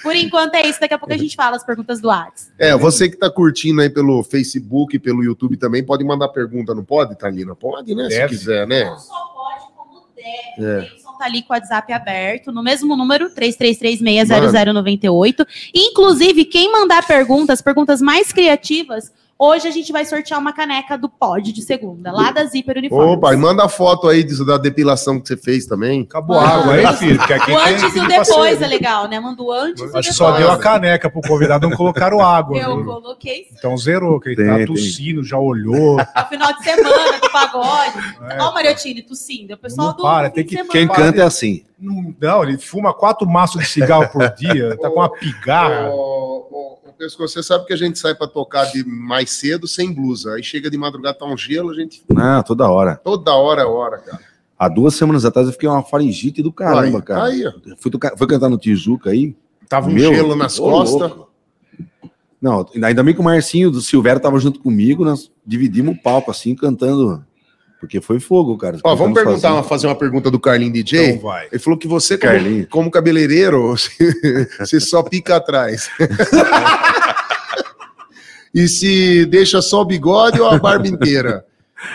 Por enquanto é isso, daqui a pouco a gente fala as perguntas do Whats. É, você que tá curtindo aí pelo Facebook, pelo YouTube também, pode mandar pergunta, não pode, Thalina? Pode, né? Deve. Se quiser, né? Não só pode, como deve. É. O Davidson tá ali com o WhatsApp aberto, no mesmo número, 33360098. Inclusive, quem mandar perguntas, perguntas mais criativas, hoje a gente vai sortear uma caneca do pod de segunda, lá da Zíper Uniformes. Opa, e manda a foto aí disso, da depilação que você fez também. Acabou a água aí, filho. porque aqui O tem antes e que o pedir pra depois servir. é legal, né? Manda o antes e o Acho que depois. só deu a caneca pro convidado, não colocaram água. Eu viu? coloquei isso Então zerou, quem Tem, tá tem. tossindo, já olhou. no final de semana, do pagode. Ó, o Mariotini tossindo. O pessoal É, Não do. para, fim tem de que- semana. Quem canta é assim. Não, não, ele fuma quatro maços de cigarro por dia, tá com uma pigarra. Ô, ô, ô, Pescoço, você sabe que a gente sai pra tocar de mais cedo sem blusa. Aí chega de madrugada, tá um gelo, a gente. Ah, toda hora. Toda hora é hora, cara. Há duas semanas atrás eu fiquei uma faringite do caramba, aí, tá cara. Aí, ó. Fui, tocar- fui cantar no Tijuca aí. Tava um Meu, gelo nas ô, costas. louco. Não, ainda bem que o Marcinho do Silvério tava junto comigo, nós dividimos o palco assim, cantando. Porque foi fogo, cara. Ó, vamos Cantamos perguntar, uma, sozinho. fazer uma pergunta do Carlinho DJ. Então vai. Ele falou que você, como, Carlinho. como cabeleireiro, você você só pica atrás. e se deixa só o bigode ou a barba inteira?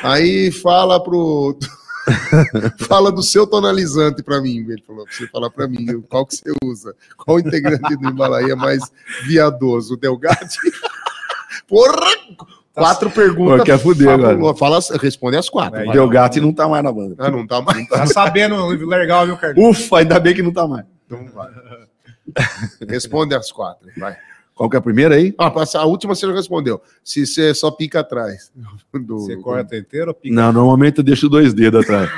Aí fala pro. fala do seu tonalizante pra mim. Ele falou pra você falar pra mim qual que você usa. Qual integrante do Himalaia é mais viadoso? O Delgatti? Porra! Quatro perguntas. Pô, quer fuder agora. fabulo- Fala, responde as quatro. Aí vai. Deu gato e não tá mais na banda. Ah, não tá mais. Tá sabendo legal, viu, Carlinhos? Ufa, ainda bem que não tá mais. Então vai. Responde as quatro, vai. Qual que é a primeira aí? Ah, passa- a última você já respondeu. Se você só pica atrás. Do- Você corta inteiro ou pica? Não, normalmente eu deixo dois dedos atrás.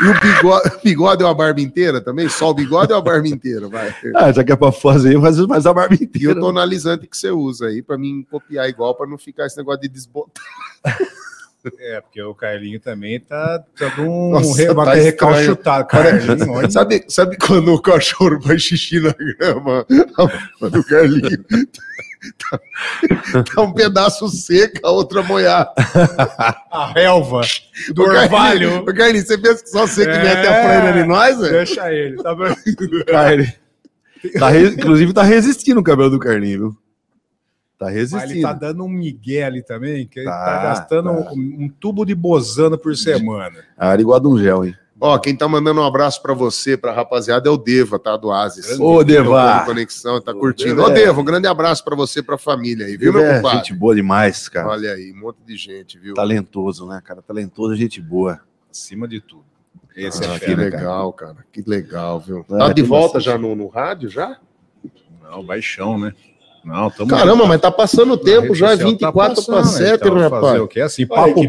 E o bigode, bigode ou a barba inteira também? Só o bigode ou a barba inteira, vai. Ah, já que é pra fazer, mas faz a barba E o inteira. tonalizante que você usa aí, pra mim copiar igual, pra não ficar esse negócio de desbotar. É, porque o Carlinho também tá, tá de um Nossa, re- uma tá estranho. recalchutado. Carlinho, olha. Sabe, sabe quando o cachorro vai xixi na grama? A mão do Carlinho. Tá, tá um pedaço seco, a outra moiada. a relva do Ô, Carlinhos, orvalho. ô, Carlinhos, você pensa que só você que É. mete a frena em nós, velho? Deixa ele, tá vendo? Carlinho. Tá re- Inclusive, tá resistindo o cabelo do Carlinho, viu? Tá Mas ele tá resistindo. dando um migué ali também, que ele tá, Tá, gastando tá. Um, um tubo de bozana por semana. A área igual a de um gel, hein? Ó, quem tá mandando um abraço pra você, pra rapaziada, é o Deva, tá? Do Asis. Ô, Deva. Deva. Conexão, tá curtindo. Deva. Ô, Deva, um grande abraço pra você, e pra família aí, viu, meu É, compadre? gente boa demais, cara. Olha aí, um monte de gente, viu? Talentoso, né, cara? Talentoso, gente boa. Acima de tudo. Esse Ah, é que que fera. legal, cara. Que legal, viu? É, Tá de tem volta bastante. já no, no rádio, já? Não, baixão, né? Não, tamo Caramba, mas tá passando o tempo já, tá 24 pra 7, então, Fazer rapaz. o que assim, papo bom,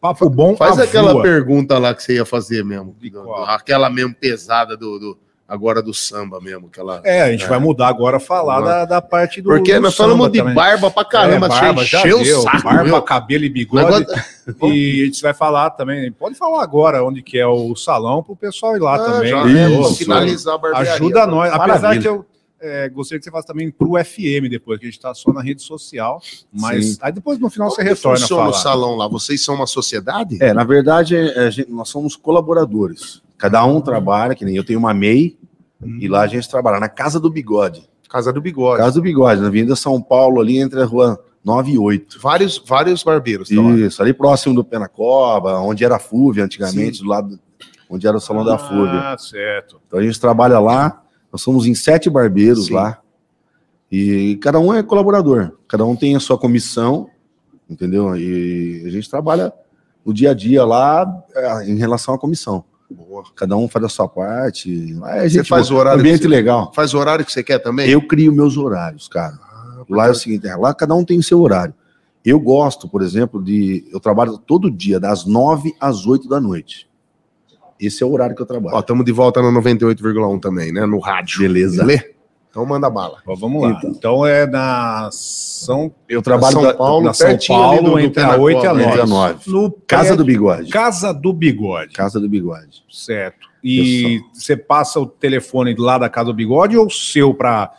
papo bom, Faz a aquela voa. pergunta lá que você ia fazer mesmo. De do- qual? Aquela mesmo pesada do, do- Agora do samba mesmo, aquela... É, a gente vai mudar agora falar da, da parte do Porque do nós samba falamos de também. barba pra caramba, é, barba, você já encheu deu, o saco. barba, meu. cabelo e bigode. Agora- E a gente vai falar também, pode falar agora onde que é o salão pro pessoal ir lá Ah, também. já, né? é, Isso. vou finalizar a barbearia. Ajuda nós. Apesar Maravilha. que eu é, gostaria que você faça também pro FM depois, que a gente tá só na rede social, mas Sim. aí depois no final Como você que retorna a funciona o falar. salão lá? Vocês são uma sociedade? É, na verdade, é, a gente- nós somos colaboradores. Cada um trabalha, que nem eu tenho uma MEI, e lá a gente trabalha na Casa do Bigode. Casa do Bigode. Casa do Bigode, na Avenida São Paulo, ali entre a rua 9 e 8. Vários, vários barbeiros. estão lá. Isso, ali próximo do Penacoba, onde era a Fúvia antigamente, do lado onde era o Salão da Fúvia. Ah, certo. Então a gente trabalha lá, nós somos em sete barbeiros Sim. lá. E cada um é colaborador, cada um tem a sua comissão, entendeu? E a gente trabalha no dia a dia lá eh, em relação à comissão. Cada um faz a sua parte. Aí a gente faz o horário Ambiente que você- legal. Faz o horário que você quer também? Eu crio meus horários, cara. Ah, lá é o seguinte, é, lá cada um tem o seu horário. Eu gosto, por exemplo, de. Eu trabalho todo dia, das nove às oito da noite. Esse é o horário que eu trabalho. Ó, estamos de volta no 98,1 também, né? No rádio. Beleza. Beleza? Então manda bala. Bom, vamos lá. Então, Então. é na São, Eu trabalho São da- Paulo, na São pertinho Paulo, ali do- do entre a Penacoba, 8 e a entre a 9. nove. é No Casa pé- do Bigode. Casa do Bigode. Casa do Bigode. Certo. E você passa o telefone lá da casa do bigode ou o seu para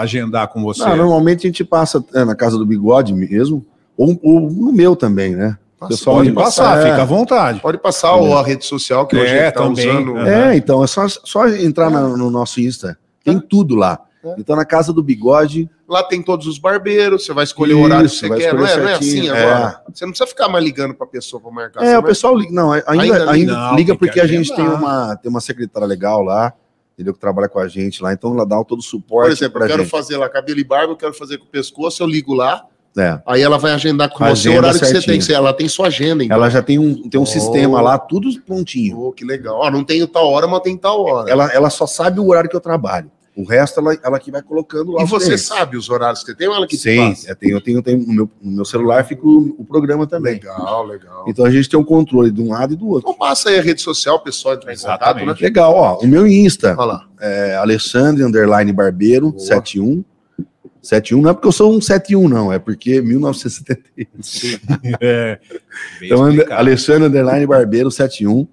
agendar com você? é. Não, normalmente a gente passa é, na casa do bigode mesmo, ou, ou no meu também, né? O Passa- pessoal Pode me- passar, é. fica à vontade. Pode passar ou a rede social que É, hoje está também. usando. É. É, então, é só, só entrar na- no nosso Insta. Tem tudo lá. É. Então, na casa do bigode, Lá tem todos os barbeiros, você vai escolher o horário que Isso, você vai quer, não é? escolher Não é assim certinho, agora. Você não precisa ficar mais ligando pra pessoa pra marcar. É, você o vai- pessoal liga. Não, ainda, Ainda ainda, não, liga tem porque que a gente tem agendar. uma, tem uma secretária legal lá, entendeu? Que trabalha com a gente lá, então ela dá todo o suporte. Por exemplo, eu pra quero gente. fazer lá cabelo e barba, eu quero fazer com o pescoço, eu ligo lá, É. aí ela vai agendar com você o Agenda horário que você certinho. tem. que Ela tem sua agenda, então. Ela já tem um, tem um Oh. sistema lá, tudo prontinho. Ô, que legal. Ó, não tenho tal hora, mas tem tal hora. Ela, ela só sabe o horário que eu trabalho. O resto ela, ela que vai colocando lá. e os você clientes. sabe os horários que você tem ou ela que te Sei, passa? é, tem- eu tenho, tenho no, meu, no meu celular fica o, o programa também. Legal, legal. Então a gente tem um controle de um lado e do outro. Então passa aí a rede social, o pessoal entra em contato, né? Exatamente. Legal, ó. O meu Insta Olha lá. é Alexandre Underline Barbeiro, Boa. 71. 71 não é porque eu sou um 71, não, é porque 1970. É. Então, And- Alessandro Underline Barbeiro 71.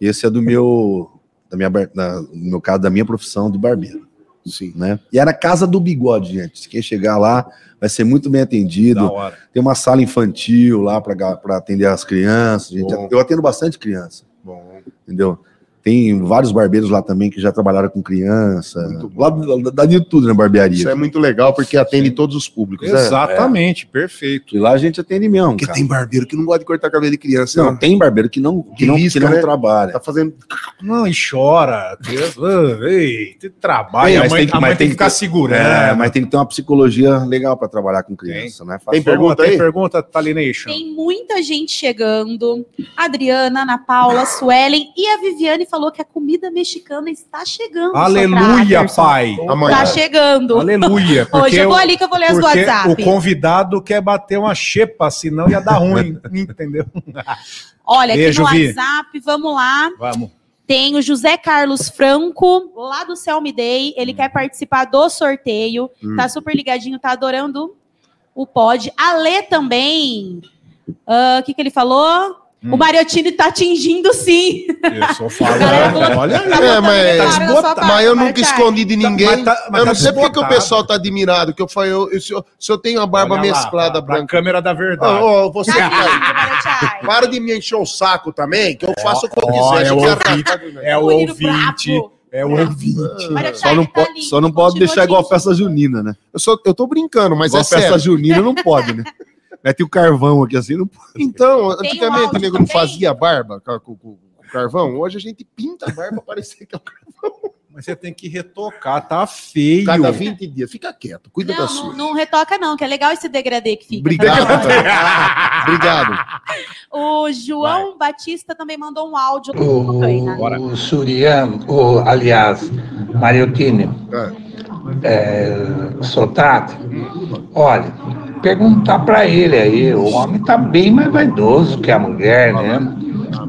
Esse é do meu, da minha, bar- da- no meu caso, da minha profissão de barbeiro. Sim. Né? E era a casa do bigode, gente. Quem chegar lá vai ser muito bem Da atendido. hora. Tem uma sala infantil lá para atender as crianças. gente. Bom. Eu atendo bastante criança, Bom, entendeu? Tem vários barbeiros lá também que já trabalharam com criança. Muito bom. Lá dá- dá de tudo na barbearia. isso é muito legal porque atende todos os públicos. é. né? Exatamente, perfeito. E lá a gente atende mesmo. Porque cara. tem barbeiro que não gosta de cortar cabelo de criança. Não, né? tem barbeiro que não, que Que não, risca, que não né? trabalha. Tá fazendo. Não, e chora. Deus, ah, Ei, tem trabalho. Ei, a mas mãe tem que- a mãe mas tem tem que que ficar ter- segurando. É, mas tem que ter uma psicologia legal para trabalhar com criança, né? Fácil. Tem pergunta tem aí? pergunta, Talination? Tem muita gente chegando. Adriana, Ana Paula, Suelen e a Viviane falou que a comida mexicana está chegando. Aleluia, Sotrá, pai. Amanhã. Tá chegando. Aleluia. Hoje eu vou o- ali que eu vou ler as do porque WhatsApp. o convidado quer bater uma xepa, senão ia dar ruim, entendeu? Olha, aqui Beijo, no Vi. WhatsApp, vamos lá. Vamos. Tem o José Carlos Franco, lá do Selmi Day. Ele quer participar do sorteio. Hum. Tá super ligadinho, tá adorando o pod. A Lê também. Ah, O que, que ele falou? Hum. O Mariotini tá atingindo sim. Eu né? sou Galera, falando. falou- Olha, Tá botando É, mas- metálico Tá na desbota- sua Mas parte, eu nunca Marcai. escondi de ninguém. Mas tá- mas eu tá não sei porque que o desbotado. pessoal tá admirado. Que eu falei, eu- eu- se, eu, se eu tenho a barba olha lá, tá, mesclada pra- pra branca. câmera da verdade. Ô, ô, você Tá que tá aí. lindo, Maracai. Para de me encher o saco também, que eu faço o que eu ó, quiser. é já tá o quero ouvinte, tratar do é o Menino ouvinte. brabo. É o ouvinte. Maracai, Só não, tá po- lindo, só não pode continua deixar igual lindo. festa junina, né? Eu, sou, eu tô brincando, mas igual é festa sério. junina não pode, né? Mete o carvão aqui assim, não pode. Então, Tem um antigamente áudio o nego não também? fazia barba com, com- com- com carvão. Hoje a gente pinta a barba pra parecer que é um Mas você tem que retocar, tá feio. cada 20 dias. Fica quieto, cuida da Não, sua. não, não retoca não, que é legal esse degradê que fica. Obrigado. Tá bom. Obrigado. O João Batista também mandou um áudio. né? Cocaína. Bora. O Surian, o, aliás, Mariotini, é, Sotato, olha, perguntar pra ele aí, o homem tá bem mais vaidoso que a mulher, né?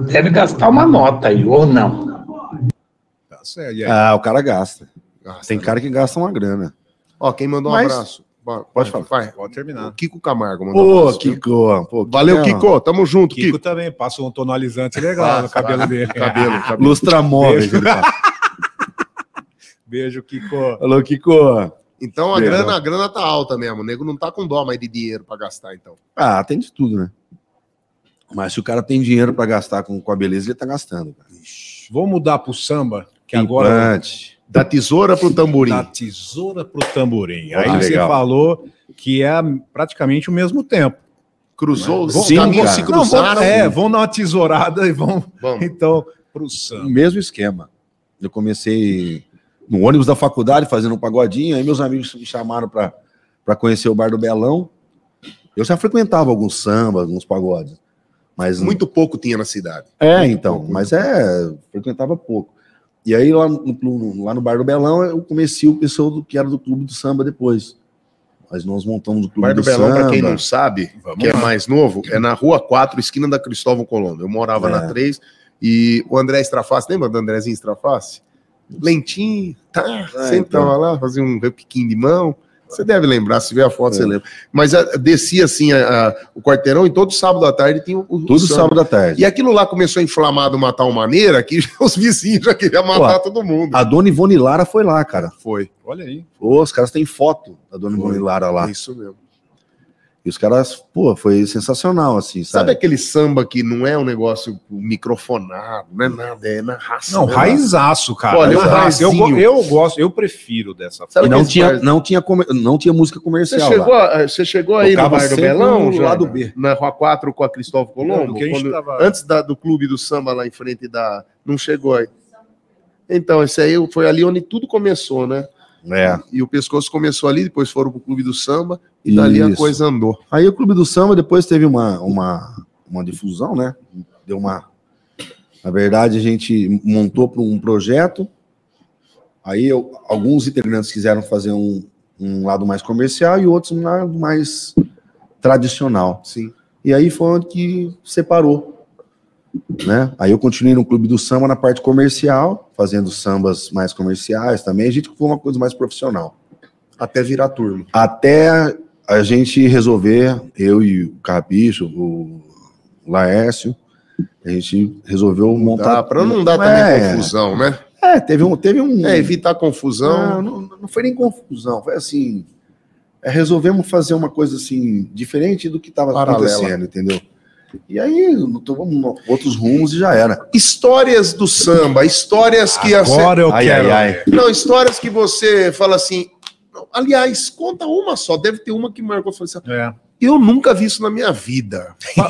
Deve gastar uma nota aí, ou não. Tá certo, e aí? Ah, o cara gasta. Nossa, Tem né? cara que gasta uma grana. Ó, quem mandou um Mas- abraço? Bora, Pode vai, Pode Vai. O terminar. Kiko Camargo mandou um Ô, abraço. Kiko. pô, Valeu, Kikão. Kiko. Tamo junto, Kiko tá- Kiko. também passou um tonalizante legal no Passa, cabelo dele. Cabelo, cabelo. Lustra móveis. Beijo. ele fala. Beijo, Kiko. Alô, Kiko. Então a Perdão. grana, a grana tá alta mesmo. O nego não tá com dó mais de dinheiro pra gastar, então. Ah, tem de tudo, né? Mas se o cara tem dinheiro pra gastar com, com a beleza, ele tá gastando. Cara. Vamos mudar pro samba, que agora Implante. Da tesoura pro tamborim. da tesoura pro tamborim. Ah, Aí você legal. falou que é praticamente o mesmo tempo. Cruzou, os Sim, caminhos cara. se Não, cruzaram. vão, é, vão dar uma tesourada e vão Vamos. então pro O samba. mesmo esquema. Eu comecei no ônibus da faculdade fazendo um pagodinho, aí meus amigos me chamaram para conhecer o Bar do Belão. Eu já frequentava alguns sambas, alguns pagodes. Mas Muito pouco tinha na cidade. é, então, mas é, frequentava pouco. E aí lá no, no- lá no Bar do Belão eu conheci o pessoal do, que era do clube do samba depois. Mas nós montamos o O clube Bar do do, Belão, samba. pra quem não sabe, Vamos que é mais novo, é na Rua 4, esquina da Cristóvão Colombo. Eu morava É. na 3 e o André Estraface, lembra do Andrezinho Estraface? Lentinho, tá, É, sempre então. tava lá, fazia um repiquinho de mão, Você deve lembrar, se ver a foto, você lembra. Mas ah, descia assim a- a- o quarteirão e todo sábado à tarde tinha o, o Todo samba. sábado à tarde. E aquilo lá começou a inflamar de uma tal maneira que os vizinhos já queriam matar Pô, todo mundo. A dona Ivone Lara foi lá, cara. Foi. Olha aí. Ô, os caras têm foto da dona Ivone Lara lá. É Isso mesmo. E os caras, pô, foi sensacional, assim, Sabe sabe? aquele samba que não é um negócio microfonado, não é nada, é na raça. Não, né? raizaço, cara. Olha, eu, eu- eu, go- raizinho. eu gosto, eu prefiro dessa Sabe E não aqueles tinha, bares- não, tinha comer- não tinha música Você comercial chegou, a- lá. você chegou aí no Tocava Bar do sempre Belão, no Jorge? lado B. na Rua 4 com a Cristóvão Colombo? Não, que a gente Quando- tava- Antes da- do clube do samba lá em frente da... Não chegou aí. Então, esse aí foi ali onde tudo começou, né? É. E o pescoço começou ali, depois foram pro clube do samba e dali a Isso. coisa andou. Aí o Clube do Samba depois teve uma, uma, uma difusão, né? Deu uma. Na verdade, a gente montou para um projeto. Aí eu- alguns integrantes quiseram fazer um, um lado mais comercial e outros um lado mais tradicional. Sim. E aí foi onde que separou. Né? Aí eu continuei no Clube do Samba na parte comercial, fazendo sambas mais comerciais também. A gente foi uma coisa mais profissional. Até virar turma. Até a gente resolver, eu e o Carrapicho, o Laércio, a gente resolveu montar. Tá, pra não dar também é, confusão, né? É, teve um. Teve um É, evitar confusão. não, não, não foi nem confusão, foi assim. é, resolvemos fazer uma coisa assim, diferente do que estava Paralela. acontecendo, entendeu? E aí, tomamos outros rumos e já era. Histórias do samba, histórias que... a- Agora eu Ai, quero. ai, ai. Não, histórias que você fala assim. não, Aliás, conta uma só. Deve ter uma que marcou. Falou assim, É. eu nunca vi isso na minha vida. Fa-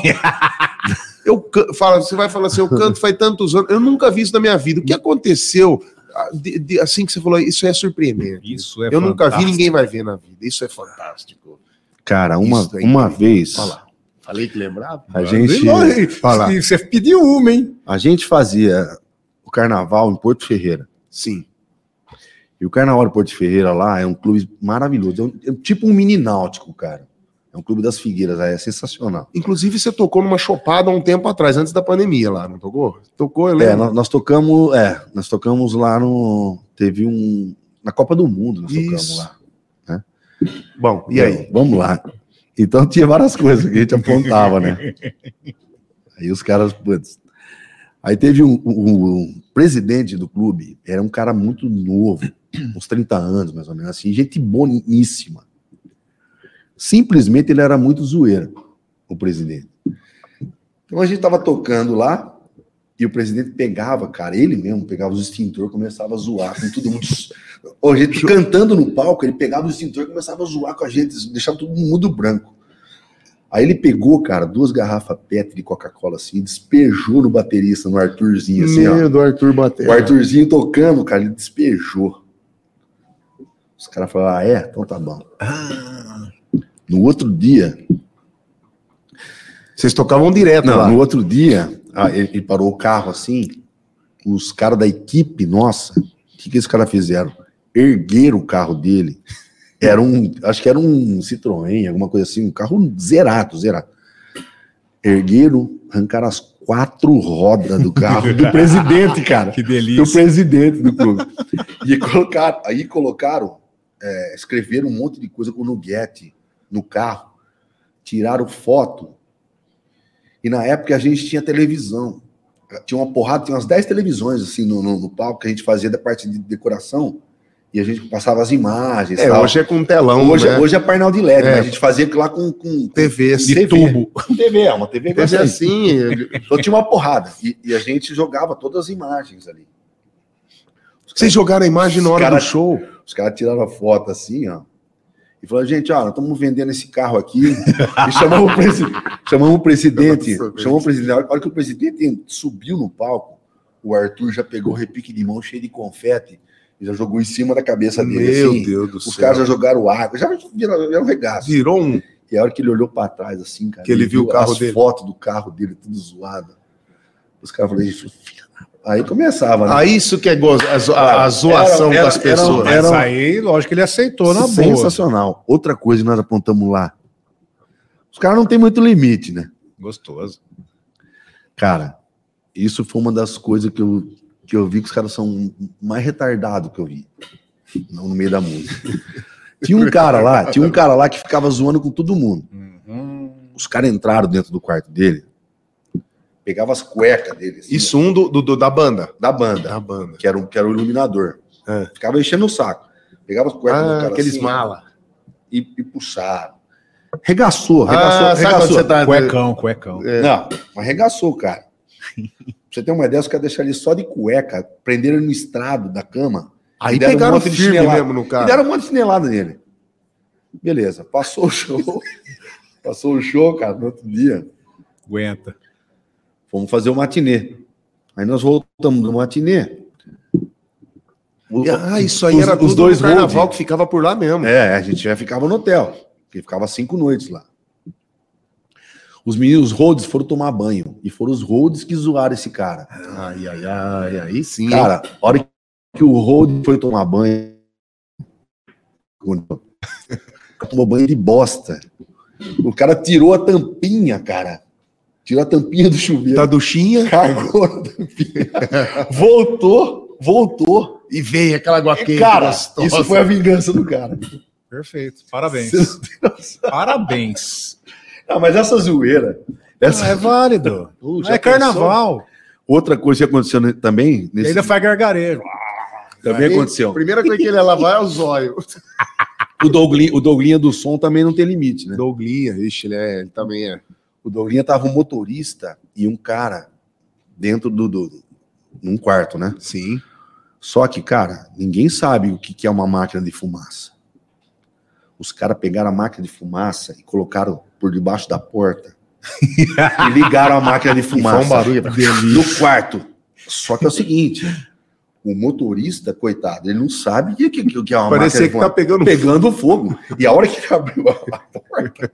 eu can- fala, você vai falar assim, eu canto faz tantos anos. Eu nunca vi isso na minha vida. O que aconteceu? Ah, de- de- assim que você falou, isso é surpreendente. Isso é eu nunca vi, fantástico. ninguém vai ver na vida. Isso é fantástico. Cara, uma, Isso aí. uma vez. Fala. Falei que lembrava? A gente, Não, fala, e Você pediu uma, hein? a gente fazia o carnaval em Porto Ferreira. Sim. E o Carnaval de Porto Ferreira lá é um clube maravilhoso. É, um- é tipo um mini náutico, cara. É um clube das Figueiras, aí é sensacional. Inclusive, você tocou numa chopada há um tempo atrás, antes da pandemia lá, não tocou? Tocou, eu É, lembro. nós, nós tocamos, é, nós tocamos lá no. Teve um. Na Copa do Mundo, nós Isso. tocamos lá. Bom, e aí? Vamos lá. Então tinha várias coisas que a gente apontava, né? Aí os caras. putz. Aí teve um, um- um presidente do clube, era um cara muito novo, uns 30 anos mais ou menos, assim, gente boníssima. Simplesmente ele era muito zoeiro, o presidente. Então a gente tava tocando lá e o presidente pegava, cara, ele mesmo pegava os extintores, começava a zoar com todo mundo. Ô, a gente cantando no palco, ele pegava o extintor e começava a zoar com a gente, deixava todo mundo branco. Aí ele pegou, cara, duas garrafas PET de Coca-Cola assim, e despejou no baterista, no Arthurzinho, assim, ó. do Arthur Batera. O Arthurzinho tocando, cara, ele despejou. Os caras falaram, ah, é? Então tá bom. No outro dia, Vocês tocavam direto Não, lá. no outro dia, ah, ele, ele parou o carro assim, os caras da equipe, nossa, o que, que esses caras fizeram? Ergueram o carro dele. Era um, acho que era um Citroën, alguma coisa assim, um carro zerado, zerado. Ergueram, arrancaram as quatro rodas do carro do presidente, cara. Que do delícia. presidente do clube. E colocaram, aí colocaram, é, escreveram um monte de coisa com o Nuguete no carro, tiraram foto. E na época a gente tinha televisão. Tinha uma porrada, tinha umas 10 televisões assim no, no, no palco que a gente fazia da parte de decoração e a gente passava as imagens. É, tal. hoje é com telão, hoje, né? hoje é painel de LED, É. mas a gente fazia lá com, com, com TV, De TV. tubo. TV, é uma TV Mas é grande. assim, Então tinha uma porrada. E, e a gente jogava todas as imagens ali. vocês jogaram a imagem na hora Cara- do show. Os caras tiraram a foto assim, ó. E falaram, gente, ó, nós estamos vendendo esse carro aqui. E chamamos o, presi chamamos o presidente. Nossa, chamamos o presidente. A hora que o presidente subiu no palco, o Arthur já pegou o repique de mão cheio de confete e já jogou em cima da cabeça dele. assim. Deus do Os caras já jogaram água, já viraram, viraram regaço. virou um. E a hora que ele olhou pra trás, assim, cara. Que ele viu o carro as dele. fotos do carro dele, tudo zoado. Os caras falaram, "Ih, filha da-". aí começava, né? Ah, isso que é gozo, a, zo- a- a zoação Ah, era- das era- um- pessoas. Mas aí, lógico que ele aceitou na boa. Sensacional. Outra coisa que nós apontamos lá. Os caras não têm muito limite, né? Gostoso. Cara, isso foi uma das coisas que eu, que eu vi que os caras são mais retardados que eu vi no, no meio da música. Tinha um cara lá, tinha um cara lá que ficava zoando com todo mundo. Os caras entraram dentro do quarto dele, pegava as cuecas dele, assim, Isso um do, do- do- da banda. ó, da banda, Da banda. que era, um, que era o iluminador. É. Ficava enchendo o saco. Pegava as cuecas do Ah, cara aqueles assim, mala. e, e puxaram. Regaçou, regaçou, Ah, sabe regaçou. quando você tá- Cuecão, cuecão. É. Não, arregaçou, o cara. Pra você ter uma ideia, os caras deixaram ele só de cueca, prenderam ele no estrado da cama Aí E deram um pegaram monte de firme chinelada. mesmo no cara. e deram um monte de chinelada nele. Beleza, passou o show. passou o show, cara, no outro dia. Aguenta. Fomos fazer o matinê. Aí nós voltamos do matinê. O- E, Ah, isso aí os- era os tudo dois do carnaval Gold. que ficava por lá mesmo. É, a gente já ficava no hotel, porque ficava cinco noites lá. Os meninos Rhodes foram tomar banho. E foram os Rhodes que zoaram esse cara. Ai, ai, ai, aí sim. hein? Cara, a hora que o Rhodes foi tomar banho. Tomou banho de bosta. O cara tirou a tampinha, cara. Tirou a tampinha do chuveiro. da duchinha Cagou na tampinha. voltou, voltou. e veio aquela água quente. cara, gostosa. isso foi a vingança do cara. Perfeito. Parabéns. Você não Parabéns. Ah, mas essa zoeira. Essa... Não, é válido. Uh, Não já é carnaval. Outra coisa que aconteceu ne- também, E nesse, ainda faz gargarejo. também Aí, aconteceu. Primeira coisa que ele ia lavar é o zóio. O Douglinha, o Douglinha do som também não tem limite, né? Douglinha, ixi, ele, é, ele também é. O Douglinha tava um motorista e um cara dentro do, do, do- num quarto, né? Sim. Só que, cara, ninguém sabe o que que é uma máquina de fumaça. Os caras pegaram a máquina de fumaça e colocaram por debaixo da porta e ligaram a máquina de fumaça faz um barulho. no quarto. Só que é o seguinte, o motorista, coitado, ele não sabe o que, que, que é uma máquina Parecia de que tá fumaça. pegando Pegando fogo. E a hora que ele abriu a porta,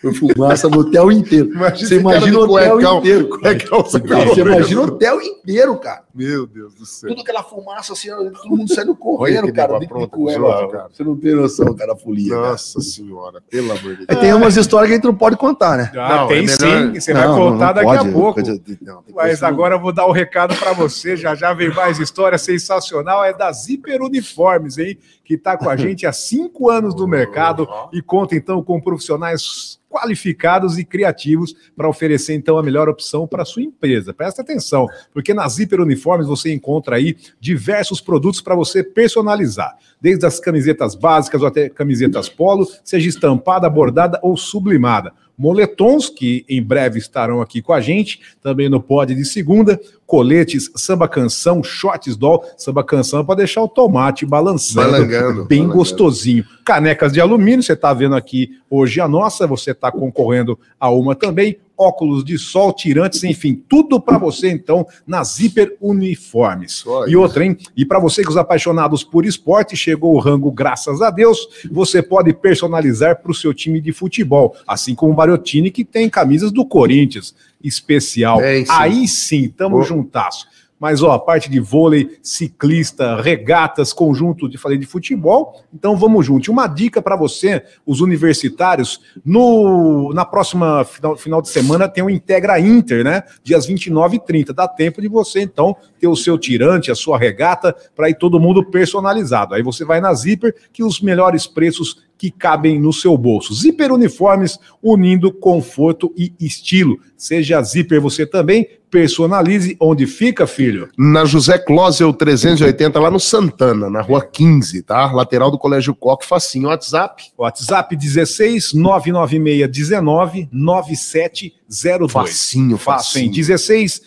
foi fumaça no hotel inteiro. Imagina Você esse cara imagina o de hotel cuecão. É, inteiro. cuecão. Não, você imagina o hotel inteiro, cara. Meu Deus do céu. Tudo aquela fumaça assim, todo mundo saindo Olha correndo, que cara. negócio dentro de pronto, cueca, zoado, cara. cara. Você não tem noção, cara, a folia. cara. Nossa senhora, pelo amor de Aí Deus. tem umas histórias que a gente não pode contar, né? Ah, Não, tem é melhor- sim. Você vai Não, contar não daqui pode, a pouco. coisa- não, tem coisa Mas que não- agora eu vou dar o recado para você. Já já vem mais história sensacional. É da Zíper Uniformes, hein? Que está com a gente há cinco anos no mercado e conta então com profissionais qualificados e criativos para oferecer então a melhor opção para sua empresa. Presta atenção, porque na Zíper Uniformes você encontra aí diversos produtos para você personalizar, desde as camisetas básicas ou até camisetas polo, seja estampada, bordada ou sublimada. Moletons, que em breve estarão aqui com a gente, também no pod de segunda, coletes, samba canção, shorts doll, samba canção para deixar o tomate balançando, é Balangando, Tá Tá bem balangando. gostosinho. Canecas de alumínio, você está vendo aqui hoje a nossa, você está concorrendo a uma também. Óculos de sol, tirantes, enfim, tudo para você então na Zíper Uniformes. Só E outra, hein? E para você que os apaixonados por esporte, chegou o rango, graças a Deus, você pode personalizar para o seu time de futebol, assim como o Mariottini, que tem camisas do Corinthians, especial. Tem, sim. Aí sim, tamo Boa. juntasso. Mas, ó, a parte de vôlei, ciclista, regatas, conjunto de falei de futebol. Então, vamos junto. E Uma dica para você, os universitários, no na próxima final, final de semana tem o Integra Inter, né? Dias 29 e 30. Dá tempo de você, então, ter o seu tirante, a sua regata, para ir todo mundo personalizado. Aí você vai na Zipper, que os melhores preços que cabem no seu bolso. Zipper Uniformes, unindo conforto e estilo. Seja Zipper você também, personalize onde fica, filho. Na José Closel 380, lá no Santana, na rua 15, tá? Lateral do Colégio Coque, facinho, WhatsApp. WhatsApp 16 996 19 9702. Facinho, Fácil, hein? facinho. 16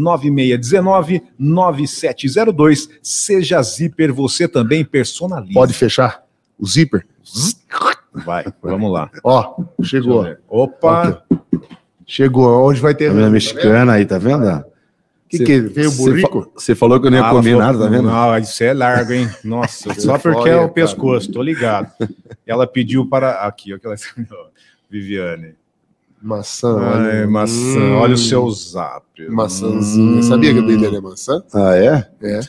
99619 9702. Seja zíper, você também personaliza. Pode fechar o zíper? Vai, vamos lá. Ó, chegou. Opa, Chegou. Hoje vai ter. um, Tá vendo a mexicana aí, tá vendo? O que, é? que veio o burrico? Você falou que eu não ia Ah, comer ela nada, tá falou- vendo? Não, isso é largo, hein? Nossa, só porque é Olha, o pescoço, tô ligado. Ela pediu para. Aqui, ó, que ela Viviane. Maçã, Ai, olha. Ah, é maçã, Hum, olha o seu zap. Maçãzinha. Sabia que a dele é maçã? Ah, é? É.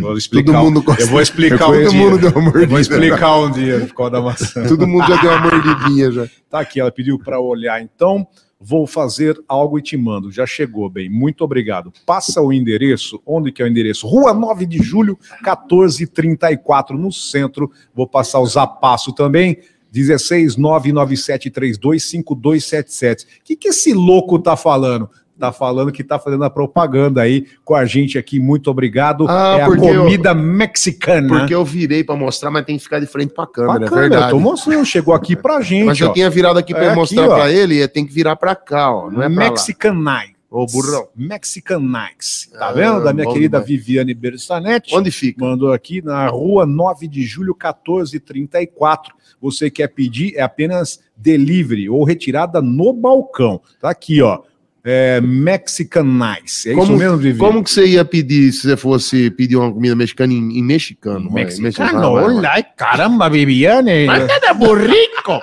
Vou explicar, Todo mundo gosta. Eu vou explicar Todo um dia. mundo deu uma mordida. Eu vou explicar um dia por causa da maçã. Todo mundo já deu uma mordidinha já. Tá aqui, ela pediu para olhar. Então, vou fazer algo e te mando. Já chegou, bem. Muito obrigado. Passa o endereço. Onde que é o endereço? Rua 9 de Julho, 1434, no centro. Vou passar o zapasso também. 16997325277. O que, que esse louco tá falando? Tá falando que tá fazendo a propaganda aí com a gente aqui. Muito obrigado. Ah, é a porque eu- comida mexicana. Porque eu virei pra mostrar, mas tem que ficar de frente pra câmera, Bacana, é verdade. eu tô mostrando, chegou aqui pra gente. Mas um ó. eu tinha virado aqui pra É eu aqui, mostrar ó. pra ele, tem que virar pra cá, ó. Não é pra lá. Mexican Nights. Ô, burrão. Mexican Nights. Tá Ah, vendo? Da minha bom querida demais. Viviane Bersanetti. Onde fica? Mandou aqui na rua 9 de julho, 1434. Você quer pedir, é apenas delivery ou retirada no balcão. Tá aqui, ó. É Mexican Nights. É isso Como- mesmo, Vivi? Como que você ia pedir se você fosse pedir uma comida mexicana em, em mexicano? vai? Mexicano, Ah, vai, vai, vai. olá, caramba, Viviane. Nada burrico!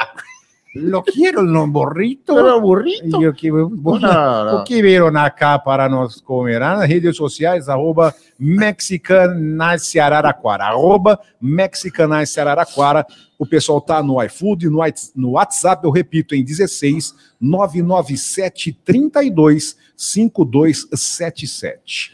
Lo quiero, no burrito. Nada burrito! Eu que- Cara. O que viram acá para nós comer? Nas redes sociais, arroba Mexicanais Araraquara. Arroba Mexicanais Araraquara. O pessoal tá no iFood, no, Whats- no WhatsApp, eu repito, em 16 997 32 5277.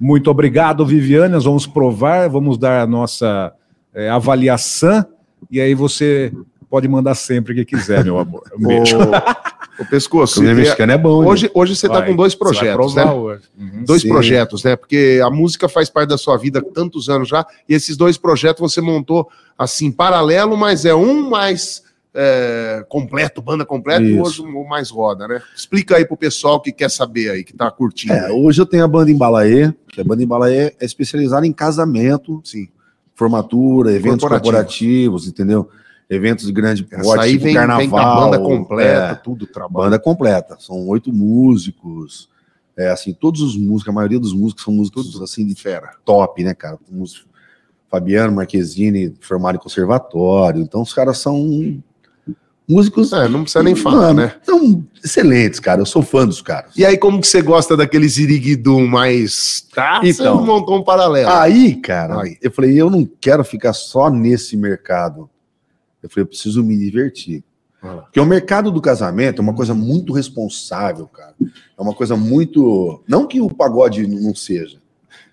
Muito obrigado, Viviane. Nós vamos provar, vamos dar a nossa eh, avaliação. E aí você pode mandar sempre que quiser, meu amor. Um beijo. Ô, ô, pescoço. Comida é- mexicana é bom, hoje, hoje você tá Vai, com dois você vai projetos, né? provar hoje. Uhum. Dois Sim. projetos, né? Porque a música faz parte da sua vida há tantos anos já, e esses dois projetos você montou assim, paralelo, mas é um mais é, completo, banda completa, e hoje Isso. o mais roda, né? Explica aí pro pessoal que quer saber aí, que tá curtindo. É, aí. hoje eu tenho a banda Embalaê, que a banda Embalaê é especializada em casamento, Sim. formatura, eventos Corporativo. corporativos, entendeu? Eventos de grande Essa porte, aí tipo vem, carnaval. vem com a banda completa, é, tudo trabalho. banda completa. São oito músicos. É, assim, todos os músicos, a maioria dos músicos são músicos assim de fera, top, né, cara? Músico- Fabiano Marquezine, formado em conservatório. Então os caras são músicos É, não precisa nem falar, Mano, né? São excelentes, cara. Eu sou fã dos caras. E aí, como que você gosta daquele ziriguidum mais. Tá? Então. Ah, você montou um paralelo. Aí, cara, Aí. eu falei, eu não quero ficar só nesse mercado. Eu falei, eu preciso me divertir. Ah lá. Porque o mercado do casamento é uma coisa muito responsável, cara. É uma coisa muito. Não que o pagode não seja,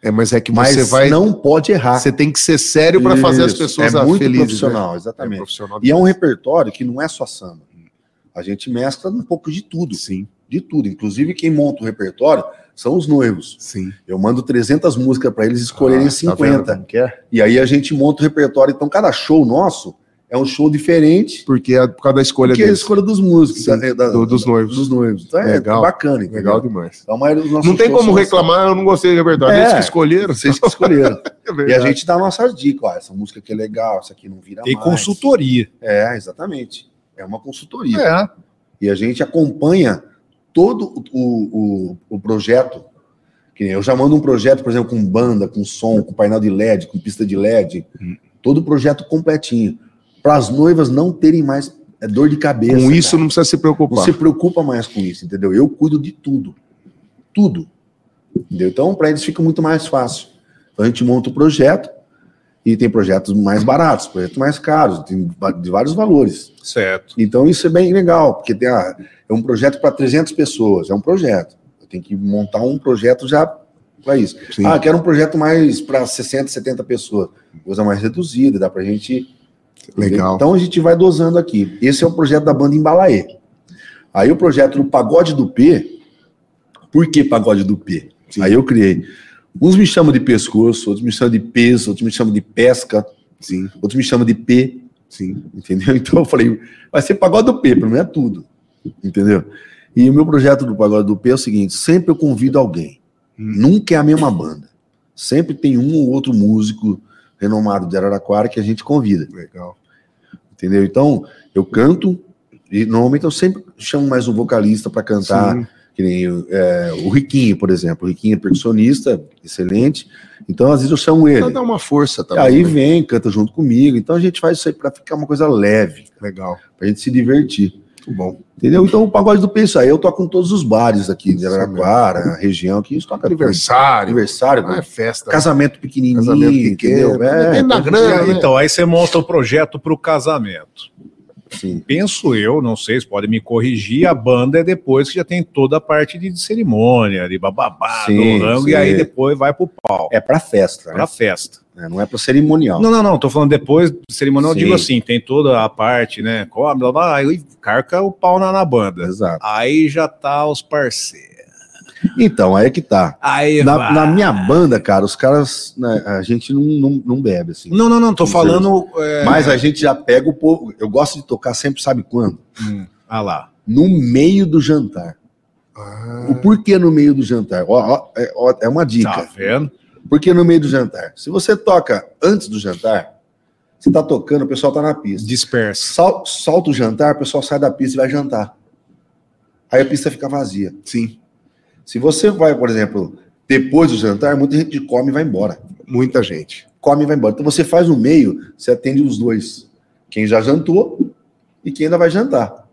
é, mas é que mas você vai. não pode errar. Você tem que ser sério pra fazer as Tá? Isso. pessoas É a- muito felizes. profissional, né? É exatamente. profissional. E é um repertório que não é só samba. A gente mescla um pouco de tudo. Sim, De tudo. Inclusive, quem monta o repertório são os noivos. sim. Eu mando 300 músicas para eles escolherem Ah, tá vendo 50. como que é? E aí a gente monta o repertório. Então, cada show nosso é um show diferente Porque é por causa da escolha porque é a deles. escolha dos músicos, Sim, da- da- do- dos noivos. dos noivos. Então é Legal. bacana, entendeu? Legal demais. Então, a maioria dos nossos Não tem shows como são reclamar, eu não gostei do repertório. É. Eles que escolheram. assim. Vocês que escolheram. É e a verdade. gente dá nossas dicas. Ó, essa música aqui é legal, essa aqui não vira Tem mais. consultoria. É, exatamente. É uma consultoria. É. E a gente acompanha todo o, o, o projeto. Que nem Eu já mando um projeto, por exemplo, com banda, com som, com painel de LED, com pista de LED. Hum. Todo o projeto completinho. Para as noivas não terem mais é, dor de cabeça. Com isso, cara. não precisa se não, preocupar. se preocupa mais com isso, entendeu? Eu cuido de tudo. Tudo. Entendeu? Então, para eles fica muito mais fácil. Então, a gente monta o projeto e tem projetos mais baratos, projetos mais caros, tem va- de vários valores. Certo. Então isso é bem legal, porque tem a- é um projeto para 300 pessoas, é um projeto. Eu tenho que montar um projeto já para isso. Sim. Ah, quero um projeto mais para 60, 70 pessoas. Coisa mais reduzida, dá para a gente... Legal. Então a gente vai dosando aqui. Esse é o projeto da banda Embalaê. Aí o projeto do Pagode do P... Por que Pagode do P? Aí eu criei. Uns me chamam de pescoço, outros me chamam de peso, outros me chamam de pesca, Sim, outros me chamam de P sim. entendeu? Então eu falei, vai ser pagode do P, pra mim é tudo, entendeu? E o meu projeto do pagode do P é o seguinte: sempre eu convido alguém, Hum. nunca é a mesma banda, sempre tem um ou outro músico renomado de Araraquara que a gente convida, Legal. entendeu? Então eu canto e normalmente eu sempre chamo mais um vocalista para cantar. Sim. Que nem é, o Riquinho, por exemplo. O Riquinho é percussionista, excelente. Então, às vezes, eu chamo Então ele. dá uma força também. aí né? vem, canta junto comigo. Então, a gente faz isso aí para ficar uma coisa leve Legal. pra gente se divertir. Muito bom. Entendeu? Então o pagode do Pensa aí, eu toco em todos os bares aqui de Araraquara, região aqui, isso toca Aniversário. É Aniversário, É Ah, é festa. casamento pequenininho, Casamento pequeno, entendeu? É, depende da grana, né? Então, aí você monta o projeto para o casamento. sim. Penso eu, não sei, vocês podem me corrigir, a banda é depois que já tem toda a parte de cerimônia, de bababá, Sim, do rango, sim. e aí depois vai pro pau, É pra festa, né? pra festa. É, Não é pra cerimonial. Não, não, não, tô falando depois do cerimonial, eu Sim. digo assim, tem toda a parte, né, come, blá, blá, aí carca o pau na, na banda. Exato. Aí já tá os parceiros. Então, aí é que tá. Aí Na, vai. na minha banda, cara, os caras, né, a gente não, não, não bebe, assim. Não, não, não, tô falando... é, Mas a gente já pega o povo. Eu gosto de tocar sempre, sabe quando? hum, ah lá. No meio do jantar. Ah. O porquê no meio do jantar? Ó, ó, é, ó, é uma Tá dica. vendo? Por que no meio do jantar? Se você toca antes do jantar, você tá tocando, o pessoal tá na pista. Dispersa. Sal- solta o jantar, o pessoal sai da pista e vai jantar. Aí a pista fica vazia. Sim. Se você vai, por exemplo, depois do jantar, muita gente come e vai embora. Muita gente. Come e vai embora. Então você faz no meio, você atende os dois. Quem já jantou e quem ainda vai jantar.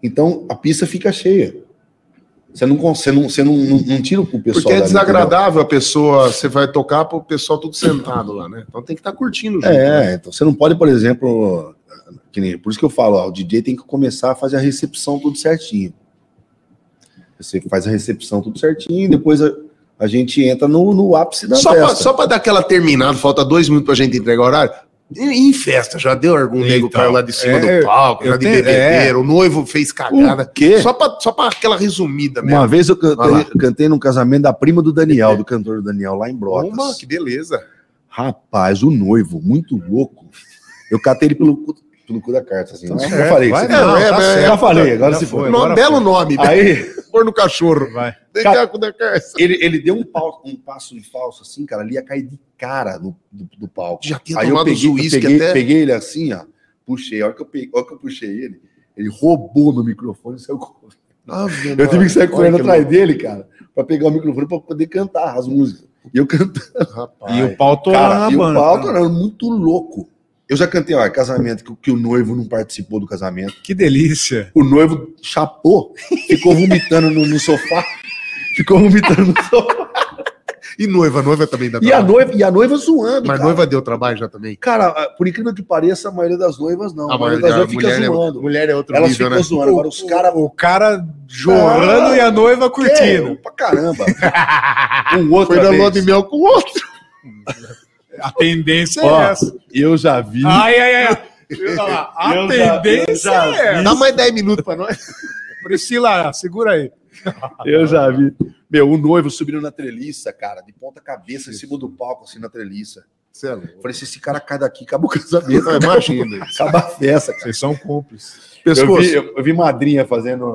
Então a pista fica cheia. Você não, con- você não, você não, não, não tira pro pessoal. Porque é dali, desagradável a pessoa, você vai tocar pro pessoal tudo sentado lá, né? Então tem que estar curtindo. junto, entendeu? né? É, então você não pode, por exemplo, que nem- por isso que eu falo, ó, o DJ tem que começar a fazer a recepção tudo certinho. Você faz a recepção tudo certinho, depois a, a gente entra no, no ápice da Só pra, festa. só pra dar aquela terminada, falta dois minutos pra gente entregar o horário. Em em festa, já deu algum nego Então, caiu lá de cima é, do palco, eu já de tenho- bebedeira, o noivo fez cagada. O Um quê? Só pra, só pra aquela resumida mesmo. Uma vez eu Vai lá. cantei, cantei num casamento da prima do Daniel, do cantor Daniel, lá em Brotas. Uma, que beleza. Rapaz, o noivo, muito louco. Eu catei ele pelo, cu- pelo cu da carta, assim. Tá né? certo, já falei. vai, isso, não, né? é, tá é, certo. já falei, agora Já se foi, foi. agora Nome, belo nome. Aí Pôr no cachorro. Vai. Vem cá com o da Carça. ele, ele deu um, pau- um passo de falso, assim, cara, ele ia cair de cara no, do, do palco. Já tinha Aí eu tomado peguei, os uísque eu peguei, até. peguei ele assim, ó, puxei. A hora que eu, peguei, a hora que eu puxei ele, ele roubou meu microfone e saiu correndo. Eu tive que sair correndo atrás dele, cara, pra pegar o microfone pra poder cantar as músicas. E eu cantando. Ah, E o pau Cara, torando na e o banda. pau torando muito louco. Eu já cantei, ó, é casamento que, que o noivo não participou do casamento. Que delícia. O noivo chapou, ficou vomitando no, no sofá. Ficou vomitando no sofá. E noiva, noiva também dá E a trabalho. noiva, e a noiva zoando. Mas cara. noiva deu trabalho já também. Cara, a- por incrível que pareça, a maioria das noivas não. A, maioria das a noivas fica mulher, é, zoando. mulher é outro Elas nível, ficam né? zoando. Agora os caras. O cara jorrando Ah, e a noiva curtindo. É, pra caramba. Um outro. Foi da lua de mel com o outro. A tendência Ó, é essa. Ah, Eu já vi. Ai, ai, ai. Eu ia falar, A Eu já- tendência eu já é essa. Dá mais 10 minutos pra nós. Priscila, segura aí. Eu já vi. Meu, o noivo subindo na treliça, cara, de ponta cabeça, em cima do palco, assim, na treliça. Eu falei, se esse cara cai daqui, acaba o casamento. Não, é imagina. Acaba a festa, cara. Vocês são cúmplices. Eu Pescoço. vi, eu, eu vi Ah, madrinha fazendo...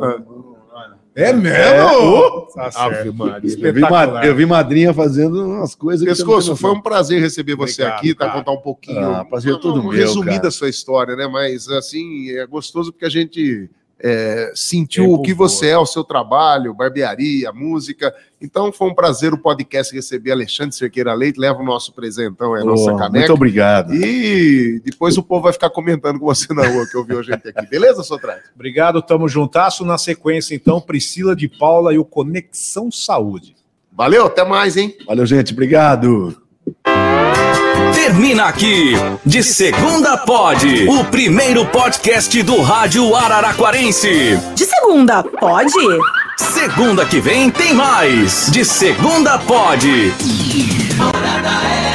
É mesmo? Tá certo. Ave Maria. Eu vi, ma- Espetacular. eu vi madrinha fazendo umas coisas... Pescoço, foi um prazer receber você Obrigado, aqui, tá? cara. Contar um pouquinho. Ah, prazer todo meu, Resumida cara. a sua história, né? Mas, assim, é gostoso porque a gente é, sentiu Tempo o que você é, o seu trabalho, barbearia, música. Então, foi um prazer o podcast receber Alexandre Cerqueira Leite. Leva o nosso presentão, é a nossa Muito caneca. obrigado. E depois o povo vai ficar comentando com você na rua que ouviu a gente aqui. Beleza, Sotrate? Obrigado, tamo juntasso. Na sequência, então, Priscila de Paula e o Conexão Saúde. Valeu, até mais, hein? Valeu, gente. Obrigado. Termina aqui. De segunda pode. O primeiro podcast do rádio araraquarense. De segunda, pode? Segunda que vem tem mais. De segunda pode. Morada é